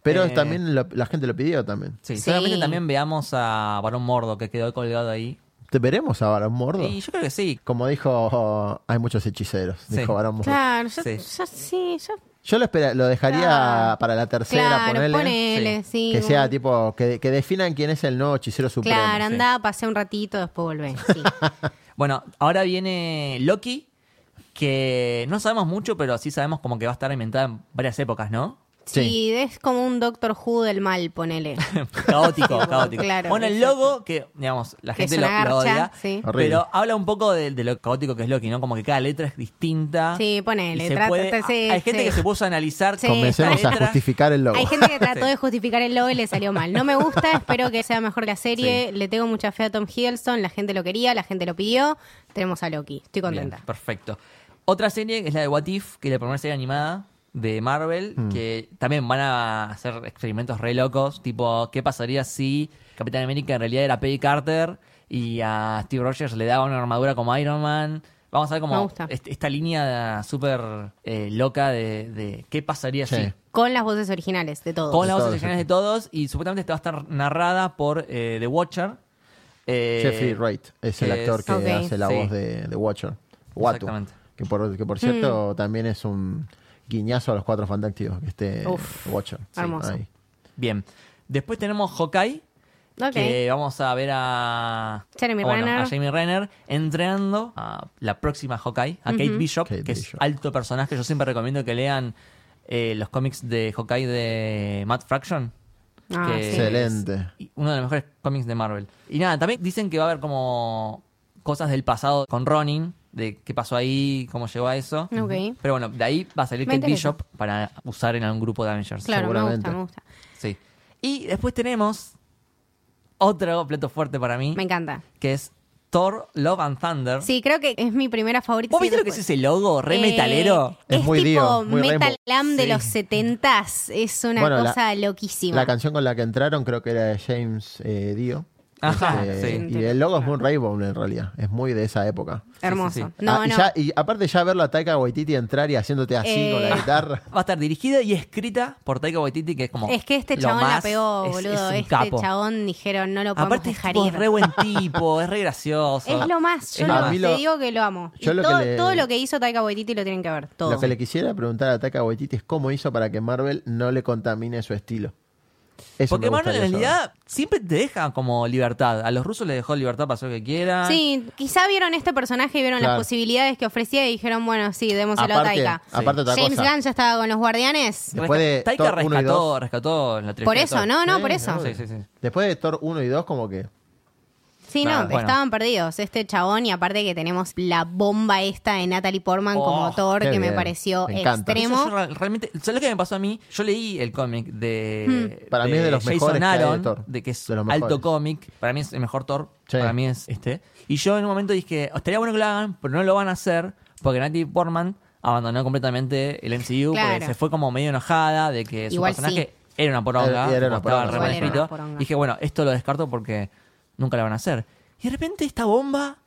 [SPEAKER 3] Pero
[SPEAKER 1] Eh.
[SPEAKER 3] también lo- la gente lo pidió también.
[SPEAKER 1] Sí,
[SPEAKER 2] Sí.
[SPEAKER 1] seguramente también veamos a Barón Mordo que quedó colgado ahí.
[SPEAKER 3] ¿Te veremos a Barón Mordo?
[SPEAKER 1] Y yo creo que sí.
[SPEAKER 3] Como dijo, oh, hay muchos hechiceros,
[SPEAKER 1] Sí.
[SPEAKER 3] dijo Barón Mordo.
[SPEAKER 2] Claro, yo,
[SPEAKER 1] Sí.
[SPEAKER 2] yo sí, yo.
[SPEAKER 3] Yo lo, espera- lo dejaría
[SPEAKER 2] Claro.
[SPEAKER 3] para la tercera,
[SPEAKER 2] claro,
[SPEAKER 3] ponele.
[SPEAKER 2] ponele, sí.
[SPEAKER 3] que
[SPEAKER 2] bueno.
[SPEAKER 3] sea tipo, que, que definan quién es el nuevo hechicero supremo.
[SPEAKER 2] Claro, anda, pasé un ratito, después volvés. sí.
[SPEAKER 1] Bueno, ahora viene Loki, que no sabemos mucho, pero sí sabemos como que va a estar inventada en varias épocas, ¿no?
[SPEAKER 2] Sí.
[SPEAKER 3] Sí.
[SPEAKER 2] es como un Doctor Who del mal, ponele.
[SPEAKER 1] caótico, caótico.
[SPEAKER 2] Claro,
[SPEAKER 1] bueno, el
[SPEAKER 2] exacto.
[SPEAKER 1] logo, que digamos, la
[SPEAKER 2] Que es
[SPEAKER 1] gente lo,
[SPEAKER 2] una
[SPEAKER 1] lo
[SPEAKER 2] garcha,
[SPEAKER 1] odia,
[SPEAKER 2] sí.
[SPEAKER 3] Horrible.
[SPEAKER 1] pero habla un poco de, de lo caótico que es Loki, ¿no? Como que cada letra es distinta.
[SPEAKER 2] Sí, ponele,
[SPEAKER 1] Y se
[SPEAKER 2] trata-
[SPEAKER 1] puede-
[SPEAKER 2] sí,
[SPEAKER 1] hay gente
[SPEAKER 2] sí.
[SPEAKER 1] que se puso a analizar
[SPEAKER 2] Sí.
[SPEAKER 3] Comencemos
[SPEAKER 1] esta
[SPEAKER 3] a
[SPEAKER 1] letra.
[SPEAKER 3] justificar el logo.
[SPEAKER 2] Hay gente que trató
[SPEAKER 1] Sí.
[SPEAKER 2] de justificar el logo y le salió mal. No me gusta, espero que sea mejor que la serie. Le tengo mucha fe a Tom Hiddleston, la gente lo quería, la gente lo pidió. Tenemos a Loki, estoy
[SPEAKER 1] Bien,
[SPEAKER 2] contenta.
[SPEAKER 1] perfecto. Otra serie que es la de What If, que es la primera serie animada de Marvel,
[SPEAKER 3] Mm.
[SPEAKER 1] que también van a hacer experimentos re locos, tipo, ¿qué pasaría si Capitán América en realidad era Peggy Carter y a Steve Rogers le daba una armadura como Iron Man? Vamos a ver
[SPEAKER 2] Me
[SPEAKER 1] como
[SPEAKER 2] gusta.
[SPEAKER 1] est- esta línea súper eh, loca de, de qué pasaría
[SPEAKER 3] Sí.
[SPEAKER 1] si.
[SPEAKER 2] Con las voces originales de todos.
[SPEAKER 1] Con las
[SPEAKER 3] De
[SPEAKER 1] voces
[SPEAKER 3] todos,
[SPEAKER 1] originales
[SPEAKER 3] sí.
[SPEAKER 1] de todos y supuestamente esta va a estar narrada por eh, The Watcher. eh,
[SPEAKER 3] Jeffrey Wright es el
[SPEAKER 1] que
[SPEAKER 3] actor
[SPEAKER 1] es-
[SPEAKER 3] que
[SPEAKER 2] Ok.
[SPEAKER 3] hace la
[SPEAKER 1] Sí.
[SPEAKER 3] voz de, de Watcher. Watu.
[SPEAKER 1] Exactamente.
[SPEAKER 3] Que por, que por cierto
[SPEAKER 2] Mm.
[SPEAKER 3] también es un guiñazo a los cuatro fantásticos que esté
[SPEAKER 2] Uf,
[SPEAKER 3] Watcher.
[SPEAKER 2] hermoso.
[SPEAKER 3] ahí.
[SPEAKER 1] Bien. Después tenemos Hawkeye.
[SPEAKER 2] Ok.
[SPEAKER 1] Que vamos a ver a.
[SPEAKER 2] Jeremy
[SPEAKER 1] bueno,
[SPEAKER 2] Renner.
[SPEAKER 1] A Jamie Renner entrenando a la próxima Hawkeye, a Kate Bishop,
[SPEAKER 3] Kate
[SPEAKER 1] que es
[SPEAKER 3] Bishop.
[SPEAKER 1] alto personaje. Yo siempre recomiendo que lean eh, los cómics de Hawkeye de Matt Fraction.
[SPEAKER 2] Ah,
[SPEAKER 1] que
[SPEAKER 2] sí.
[SPEAKER 1] es
[SPEAKER 3] Excelente.
[SPEAKER 1] uno de los mejores cómics de Marvel. Y nada, también dicen que va a haber como cosas del pasado con Ronin, de qué pasó ahí, cómo llegó a eso.
[SPEAKER 2] Ok.
[SPEAKER 1] Pero bueno, de ahí va a salir
[SPEAKER 2] Me
[SPEAKER 1] Kate
[SPEAKER 2] interesa.
[SPEAKER 1] Bishop para usar en algún grupo de Avengers.
[SPEAKER 2] Claro, me gusta,
[SPEAKER 3] seguramente.
[SPEAKER 2] me gusta.
[SPEAKER 1] Sí. Y después tenemos otro plato fuerte para mí,
[SPEAKER 2] Me encanta.
[SPEAKER 1] que es Thor Love and Thunder.
[SPEAKER 2] Sí, creo que es mi primera favorita.
[SPEAKER 1] ¿Vos viste
[SPEAKER 2] sí,
[SPEAKER 1] lo que es
[SPEAKER 2] después.
[SPEAKER 1] ese logo? Re
[SPEAKER 2] Eh,
[SPEAKER 1] metalero.
[SPEAKER 3] Es
[SPEAKER 2] Es,
[SPEAKER 3] muy
[SPEAKER 2] tipo
[SPEAKER 3] Dio, muy
[SPEAKER 2] Metal
[SPEAKER 3] Rainbow.
[SPEAKER 2] Glam de
[SPEAKER 1] Sí.
[SPEAKER 2] los setentas. Es una
[SPEAKER 3] Bueno, la-
[SPEAKER 2] cosa loquísima.
[SPEAKER 3] La canción con la que entraron creo que era de James eh, Dio.
[SPEAKER 2] Ah,
[SPEAKER 1] Ajá,
[SPEAKER 3] Este,
[SPEAKER 1] sí.
[SPEAKER 3] Y el logo es muy Rainbow en realidad. Es muy de esa época.
[SPEAKER 2] Hermoso.
[SPEAKER 1] sí, sí.
[SPEAKER 2] No,
[SPEAKER 3] Ah, y,
[SPEAKER 2] no.
[SPEAKER 3] ya- y aparte ya verlo a Taika Waititi entrar y haciéndote así con
[SPEAKER 2] Eh.
[SPEAKER 3] la guitarra.
[SPEAKER 1] Va a estar dirigida y escrita por Taika Waititi, que es como.
[SPEAKER 2] Es que este
[SPEAKER 1] lo
[SPEAKER 2] chabón la
[SPEAKER 1] más,
[SPEAKER 2] pegó,
[SPEAKER 1] es-
[SPEAKER 2] boludo.
[SPEAKER 1] es un
[SPEAKER 2] este
[SPEAKER 1] capo.
[SPEAKER 2] chabón dijeron, no lo podemos
[SPEAKER 1] Aparte, es,
[SPEAKER 2] dejar
[SPEAKER 1] tipo,
[SPEAKER 2] ir.
[SPEAKER 1] es re buen tipo, es re gracioso.
[SPEAKER 2] Es lo más, yo
[SPEAKER 1] Es
[SPEAKER 2] lo-
[SPEAKER 1] lo
[SPEAKER 3] más.
[SPEAKER 2] te
[SPEAKER 3] Lo-
[SPEAKER 2] digo que lo amo.
[SPEAKER 3] yo
[SPEAKER 2] Y
[SPEAKER 3] lo que
[SPEAKER 2] todo,
[SPEAKER 3] le-
[SPEAKER 2] todo lo que hizo Taika Waititi lo tienen que ver, todo.
[SPEAKER 3] Lo que le quisiera preguntar a Taika Waititi es cómo hizo para que Marvel no le contamine su estilo. Eso
[SPEAKER 1] Porque
[SPEAKER 3] me
[SPEAKER 1] Marvel en
[SPEAKER 3] gustaría saber.
[SPEAKER 1] realidad siempre te deja como libertad. A los rusos les dejó libertad para hacer lo que quieran.
[SPEAKER 2] Sí, quizá vieron este personaje y vieron
[SPEAKER 3] Claro.
[SPEAKER 2] las posibilidades que ofrecía y dijeron, bueno, sí, démoselo a
[SPEAKER 3] aparte,
[SPEAKER 2] Taika.
[SPEAKER 3] aparte otra
[SPEAKER 2] James
[SPEAKER 3] cosa.
[SPEAKER 2] Gunn ya estaba con los guardianes.
[SPEAKER 3] Después de
[SPEAKER 1] Taika
[SPEAKER 3] Thor 1 y
[SPEAKER 1] rescató,
[SPEAKER 3] 2.
[SPEAKER 1] rescató la trilogía
[SPEAKER 2] Por
[SPEAKER 1] de
[SPEAKER 2] eso,
[SPEAKER 1] Thor.
[SPEAKER 2] no, no,
[SPEAKER 3] Sí,
[SPEAKER 2] por eso.
[SPEAKER 1] Sí, sí, sí.
[SPEAKER 3] Después de Thor 1 y 2 como que...
[SPEAKER 2] Sí,
[SPEAKER 1] Claro,
[SPEAKER 2] no,
[SPEAKER 1] bueno.
[SPEAKER 2] estaban perdidos este chabón y aparte que tenemos la bomba esta de Natalie Portman
[SPEAKER 1] Oh,
[SPEAKER 2] como Thor
[SPEAKER 3] qué
[SPEAKER 2] que me
[SPEAKER 3] bien.
[SPEAKER 2] pareció
[SPEAKER 3] Me encanta.
[SPEAKER 2] extremo.
[SPEAKER 1] Eso yo re- realmente, ¿sabes lo que me pasó a mí? Yo leí el cómic de,
[SPEAKER 2] Hmm.
[SPEAKER 3] Para mí es de los
[SPEAKER 1] Jason
[SPEAKER 3] mejores que hay de
[SPEAKER 1] Aaron,
[SPEAKER 3] Thor.
[SPEAKER 1] de que es
[SPEAKER 3] De los
[SPEAKER 1] alto
[SPEAKER 3] mejores.
[SPEAKER 1] cómic, para mí es el mejor Thor,
[SPEAKER 3] Sí.
[SPEAKER 1] para mí es este. Y yo en un momento dije, "Oh, estaría bueno que lo hagan, pero no lo van a hacer porque Natalie Portman abandonó completamente el MCU
[SPEAKER 2] Claro.
[SPEAKER 1] porque se fue como medio enojada de que su
[SPEAKER 2] Igual
[SPEAKER 1] personaje era una poronga,
[SPEAKER 3] Era- era una
[SPEAKER 1] como estaba
[SPEAKER 3] poronga,
[SPEAKER 1] re mal
[SPEAKER 2] Igual era
[SPEAKER 1] escrito.
[SPEAKER 2] una poronga.
[SPEAKER 1] Dije, bueno, esto lo descarto porque nunca lo van a hacer. Y de repente esta bomba,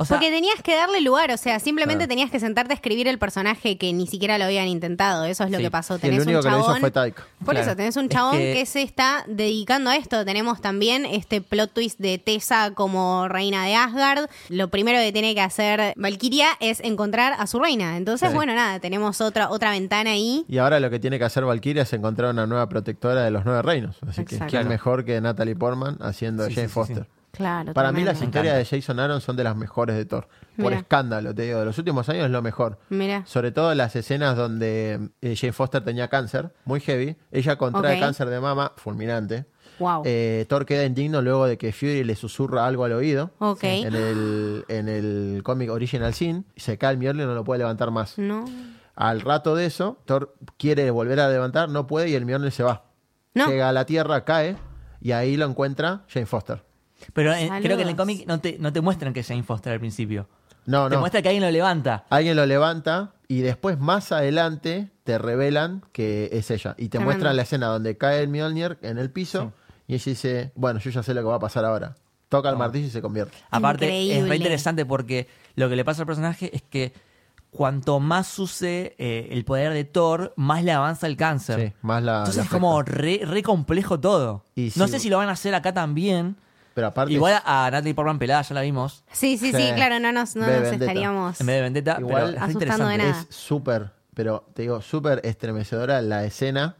[SPEAKER 1] o sea,
[SPEAKER 2] Porque tenías que darle lugar, o sea, simplemente tenías que sentarte a escribir el personaje que ni siquiera lo habían intentado. Eso es lo
[SPEAKER 1] Sí.
[SPEAKER 2] que pasó.
[SPEAKER 3] Y el
[SPEAKER 2] Tenés
[SPEAKER 3] único
[SPEAKER 2] un
[SPEAKER 3] que lo
[SPEAKER 2] chabón.
[SPEAKER 3] hizo fue Taika.
[SPEAKER 2] Por
[SPEAKER 1] Claro.
[SPEAKER 2] eso, tenés un
[SPEAKER 1] Es
[SPEAKER 2] chabón
[SPEAKER 1] que-
[SPEAKER 2] que... se está dedicando a esto. Tenemos también este plot twist de Tessa como reina de Asgard. Lo primero que tiene que hacer Valkyria es encontrar a su reina. Entonces,
[SPEAKER 3] Sí.
[SPEAKER 2] bueno, nada, tenemos otra, otra ventana ahí.
[SPEAKER 3] Y ahora lo que tiene que hacer Valkyria es encontrar una nueva protectora de los nueve reinos. Así que
[SPEAKER 2] Exacto.
[SPEAKER 3] quién
[SPEAKER 1] Claro.
[SPEAKER 3] mejor que Natalie Portman haciendo
[SPEAKER 1] Sí,
[SPEAKER 3] Jane
[SPEAKER 1] sí, sí,
[SPEAKER 3] Foster.
[SPEAKER 1] sí.
[SPEAKER 2] Claro,
[SPEAKER 3] Para mí las
[SPEAKER 2] tremendo.
[SPEAKER 3] historias de Jason Aaron son de las mejores de Thor. Por
[SPEAKER 2] Mira.
[SPEAKER 3] escándalo, te digo. De los últimos años es lo mejor.
[SPEAKER 2] Mira.
[SPEAKER 3] Sobre todo las escenas donde eh, Jane Foster tenía cáncer, muy heavy. Ella contrae
[SPEAKER 2] Ok.
[SPEAKER 3] cáncer de mama, fulminante.
[SPEAKER 2] Wow.
[SPEAKER 3] Eh, Thor queda indigno luego de que Fury le susurra algo al oído.
[SPEAKER 2] Ok.
[SPEAKER 3] En el, en el cómic Original Sin. Se cae el Mjolnir y no lo puede levantar más.
[SPEAKER 2] No.
[SPEAKER 3] Al rato de eso, Thor quiere volver a levantar, no puede y el Mjolnir se va.
[SPEAKER 2] No.
[SPEAKER 3] Llega a la Tierra, cae y ahí lo encuentra Jane Foster.
[SPEAKER 1] pero eh, creo que en
[SPEAKER 2] Saludos.
[SPEAKER 1] el cómic no te, no te muestran que es Jane Foster al principio.
[SPEAKER 3] No,
[SPEAKER 1] Te
[SPEAKER 3] no.
[SPEAKER 1] muestra que alguien lo levanta.
[SPEAKER 3] Alguien lo levanta y después más adelante te revelan que es ella. Y te
[SPEAKER 2] Tremendo.
[SPEAKER 3] muestran la escena donde cae el Mjolnir en el piso y ella dice, bueno, yo ya sé lo que va a pasar ahora. Toca el
[SPEAKER 1] Ah.
[SPEAKER 3] martillo y se convierte.
[SPEAKER 1] Aparte, es
[SPEAKER 2] Increíble.
[SPEAKER 1] re interesante porque lo que le pasa al personaje es que cuanto más use eh, el poder de Thor, más le avanza el cáncer.
[SPEAKER 3] Sí, más la-
[SPEAKER 1] Entonces
[SPEAKER 3] la
[SPEAKER 1] es como re, re complejo todo.
[SPEAKER 3] Y
[SPEAKER 1] no
[SPEAKER 3] sí.
[SPEAKER 1] sé si lo van a hacer acá también.
[SPEAKER 3] Pero aparte...
[SPEAKER 1] Igual a Natalie Portman pelada ya la vimos
[SPEAKER 2] Sí, sí, sí,
[SPEAKER 3] Sí.
[SPEAKER 2] claro, no nos, no
[SPEAKER 3] Ve
[SPEAKER 2] nos
[SPEAKER 3] Vendetta.
[SPEAKER 2] estaríamos.
[SPEAKER 1] en vez de Vendetta.
[SPEAKER 3] Igual-
[SPEAKER 1] pero es re
[SPEAKER 2] Asustando
[SPEAKER 1] interesante.
[SPEAKER 2] de nada.
[SPEAKER 3] Es súper, pero te digo, súper estremecedora la escena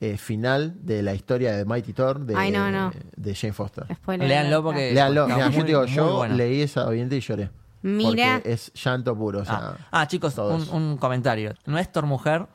[SPEAKER 3] eh, final de la historia de Mighty Thor de,
[SPEAKER 2] Ay, no, no.
[SPEAKER 3] de Jane Foster.
[SPEAKER 2] Spoiler
[SPEAKER 1] Leanlo
[SPEAKER 2] alert.
[SPEAKER 1] porque.
[SPEAKER 3] Léanlo.
[SPEAKER 1] Eh, está
[SPEAKER 3] Mirá,
[SPEAKER 1] muy-
[SPEAKER 3] yo te digo,
[SPEAKER 1] muy
[SPEAKER 3] yo
[SPEAKER 1] bueno.
[SPEAKER 3] leí esa obviamente y lloré.
[SPEAKER 2] Mira.
[SPEAKER 3] Porque es llanto puro. o sea,
[SPEAKER 1] ah, ah, chicos,
[SPEAKER 3] todo
[SPEAKER 1] un,
[SPEAKER 3] eso.
[SPEAKER 1] un comentario. No es Thor mujer,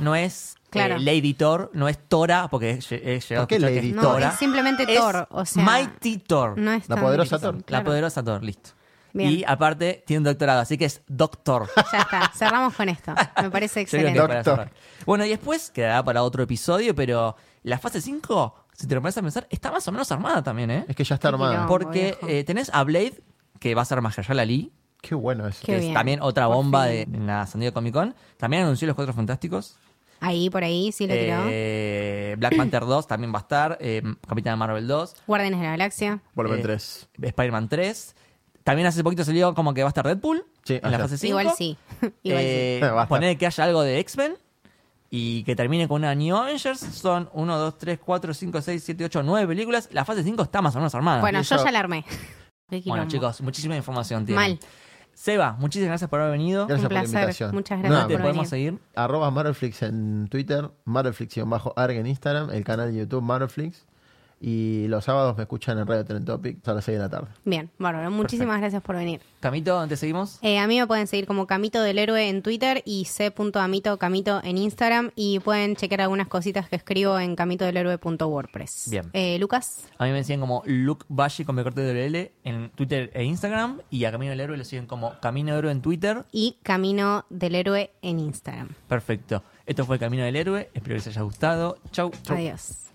[SPEAKER 1] no es eh,
[SPEAKER 2] Claro.
[SPEAKER 1] Lady Thor, no es Tora, porque he, he llegado
[SPEAKER 3] ¿Por qué
[SPEAKER 1] a escuchar que
[SPEAKER 3] Lady
[SPEAKER 1] es
[SPEAKER 3] No,
[SPEAKER 1] Tora.
[SPEAKER 2] es simplemente
[SPEAKER 1] Es
[SPEAKER 2] Thor, o sea,
[SPEAKER 1] Mighty Thor.
[SPEAKER 2] No es
[SPEAKER 3] La
[SPEAKER 2] tan
[SPEAKER 3] poderosa
[SPEAKER 2] difícil,
[SPEAKER 3] Thor.
[SPEAKER 1] La
[SPEAKER 2] claro.
[SPEAKER 1] poderosa Thor, listo.
[SPEAKER 2] Bien.
[SPEAKER 1] Y aparte tiene un doctorado, así que es doctor.
[SPEAKER 2] Ya está, cerramos con esto. Me parece
[SPEAKER 1] Yo creo que
[SPEAKER 2] excelente.
[SPEAKER 1] es para
[SPEAKER 3] Doctor.
[SPEAKER 1] cerrar. Bueno, y después quedará para otro episodio, pero la fase 5, si te lo pones a pensar, está más o menos armada también, ¿eh?
[SPEAKER 3] Es que ya está
[SPEAKER 2] Qué
[SPEAKER 3] armada.
[SPEAKER 2] quilombo.
[SPEAKER 1] Porque
[SPEAKER 2] viejo.
[SPEAKER 1] eh, tenés a Blade, que va a ser Mahershala Ali,
[SPEAKER 3] Qué bueno eso.
[SPEAKER 2] Qué
[SPEAKER 1] que
[SPEAKER 2] bien.
[SPEAKER 1] es también otra
[SPEAKER 2] Por
[SPEAKER 1] bomba de,
[SPEAKER 2] fin.
[SPEAKER 1] en la San Diego Comic Con. También anunció Los Cuatro Fantásticos.
[SPEAKER 2] Ahí, por ahí, sí lo tiró.
[SPEAKER 1] Eh, Black Panther 2 también va a estar. eh, Capitana Marvel 2.
[SPEAKER 2] Guardianes de la Galaxia.
[SPEAKER 3] Volumen
[SPEAKER 1] Eh,
[SPEAKER 3] tres.
[SPEAKER 1] Spider-Man 3. También hace poquito salió como que va a estar Deadpool.
[SPEAKER 3] Sí,
[SPEAKER 1] en la
[SPEAKER 3] ayer.
[SPEAKER 1] fase 5.
[SPEAKER 2] Igual sí. Igual
[SPEAKER 1] Eh,
[SPEAKER 3] sí. Eh, basta.
[SPEAKER 1] poner que haya algo de X-Men y que termine con una New Avengers. Son 1, 2, 3, 4, 5, 6, 7, 8, 9 películas. La fase 5 está más o menos
[SPEAKER 2] sí.
[SPEAKER 1] armada.
[SPEAKER 2] Bueno,
[SPEAKER 3] eso-
[SPEAKER 2] yo ya la armé. Qué
[SPEAKER 1] ah, Bueno,
[SPEAKER 2] quilombo.
[SPEAKER 1] chicos, muchísima información tiene.
[SPEAKER 2] Mal.
[SPEAKER 1] Seba, muchísimas gracias por haber venido.
[SPEAKER 3] Gracias
[SPEAKER 2] Un
[SPEAKER 3] por la
[SPEAKER 2] placer.
[SPEAKER 3] invitación.
[SPEAKER 2] Muchas
[SPEAKER 3] No,
[SPEAKER 2] gracias
[SPEAKER 1] ¿Dónde
[SPEAKER 2] por
[SPEAKER 1] te podemos
[SPEAKER 2] venir.
[SPEAKER 1] seguir?
[SPEAKER 3] Arroba Marvelflix en Twitter, Marvelflix-arg en Instagram, el canal de YouTube Marvelflix. Y los sábados me escuchan en Radio Trend Topic a las 6 de la tarde.
[SPEAKER 2] Bien, bárbaro. Muchísimas gracias por venir.
[SPEAKER 1] Camito, ¿dónde te seguimos?
[SPEAKER 2] Eh, a mí me pueden seguir como Camito del Héroe en Twitter y c.amito camito en Instagram y pueden chequear algunas cositas que escribo en camitodelhéroe.wordpress.
[SPEAKER 1] Bien.
[SPEAKER 2] Eh, Lucas,
[SPEAKER 1] A mí me siguen como Luke Bashi con B corte de L en Twitter e Instagram. Y a Camino del Héroe lo siguen como Camino del Héroe en Twitter.
[SPEAKER 2] y Camino del Héroe en Instagram.
[SPEAKER 1] Perfecto. Esto fue Camino del Héroe. Espero que les haya gustado. Chau.
[SPEAKER 2] Adiós.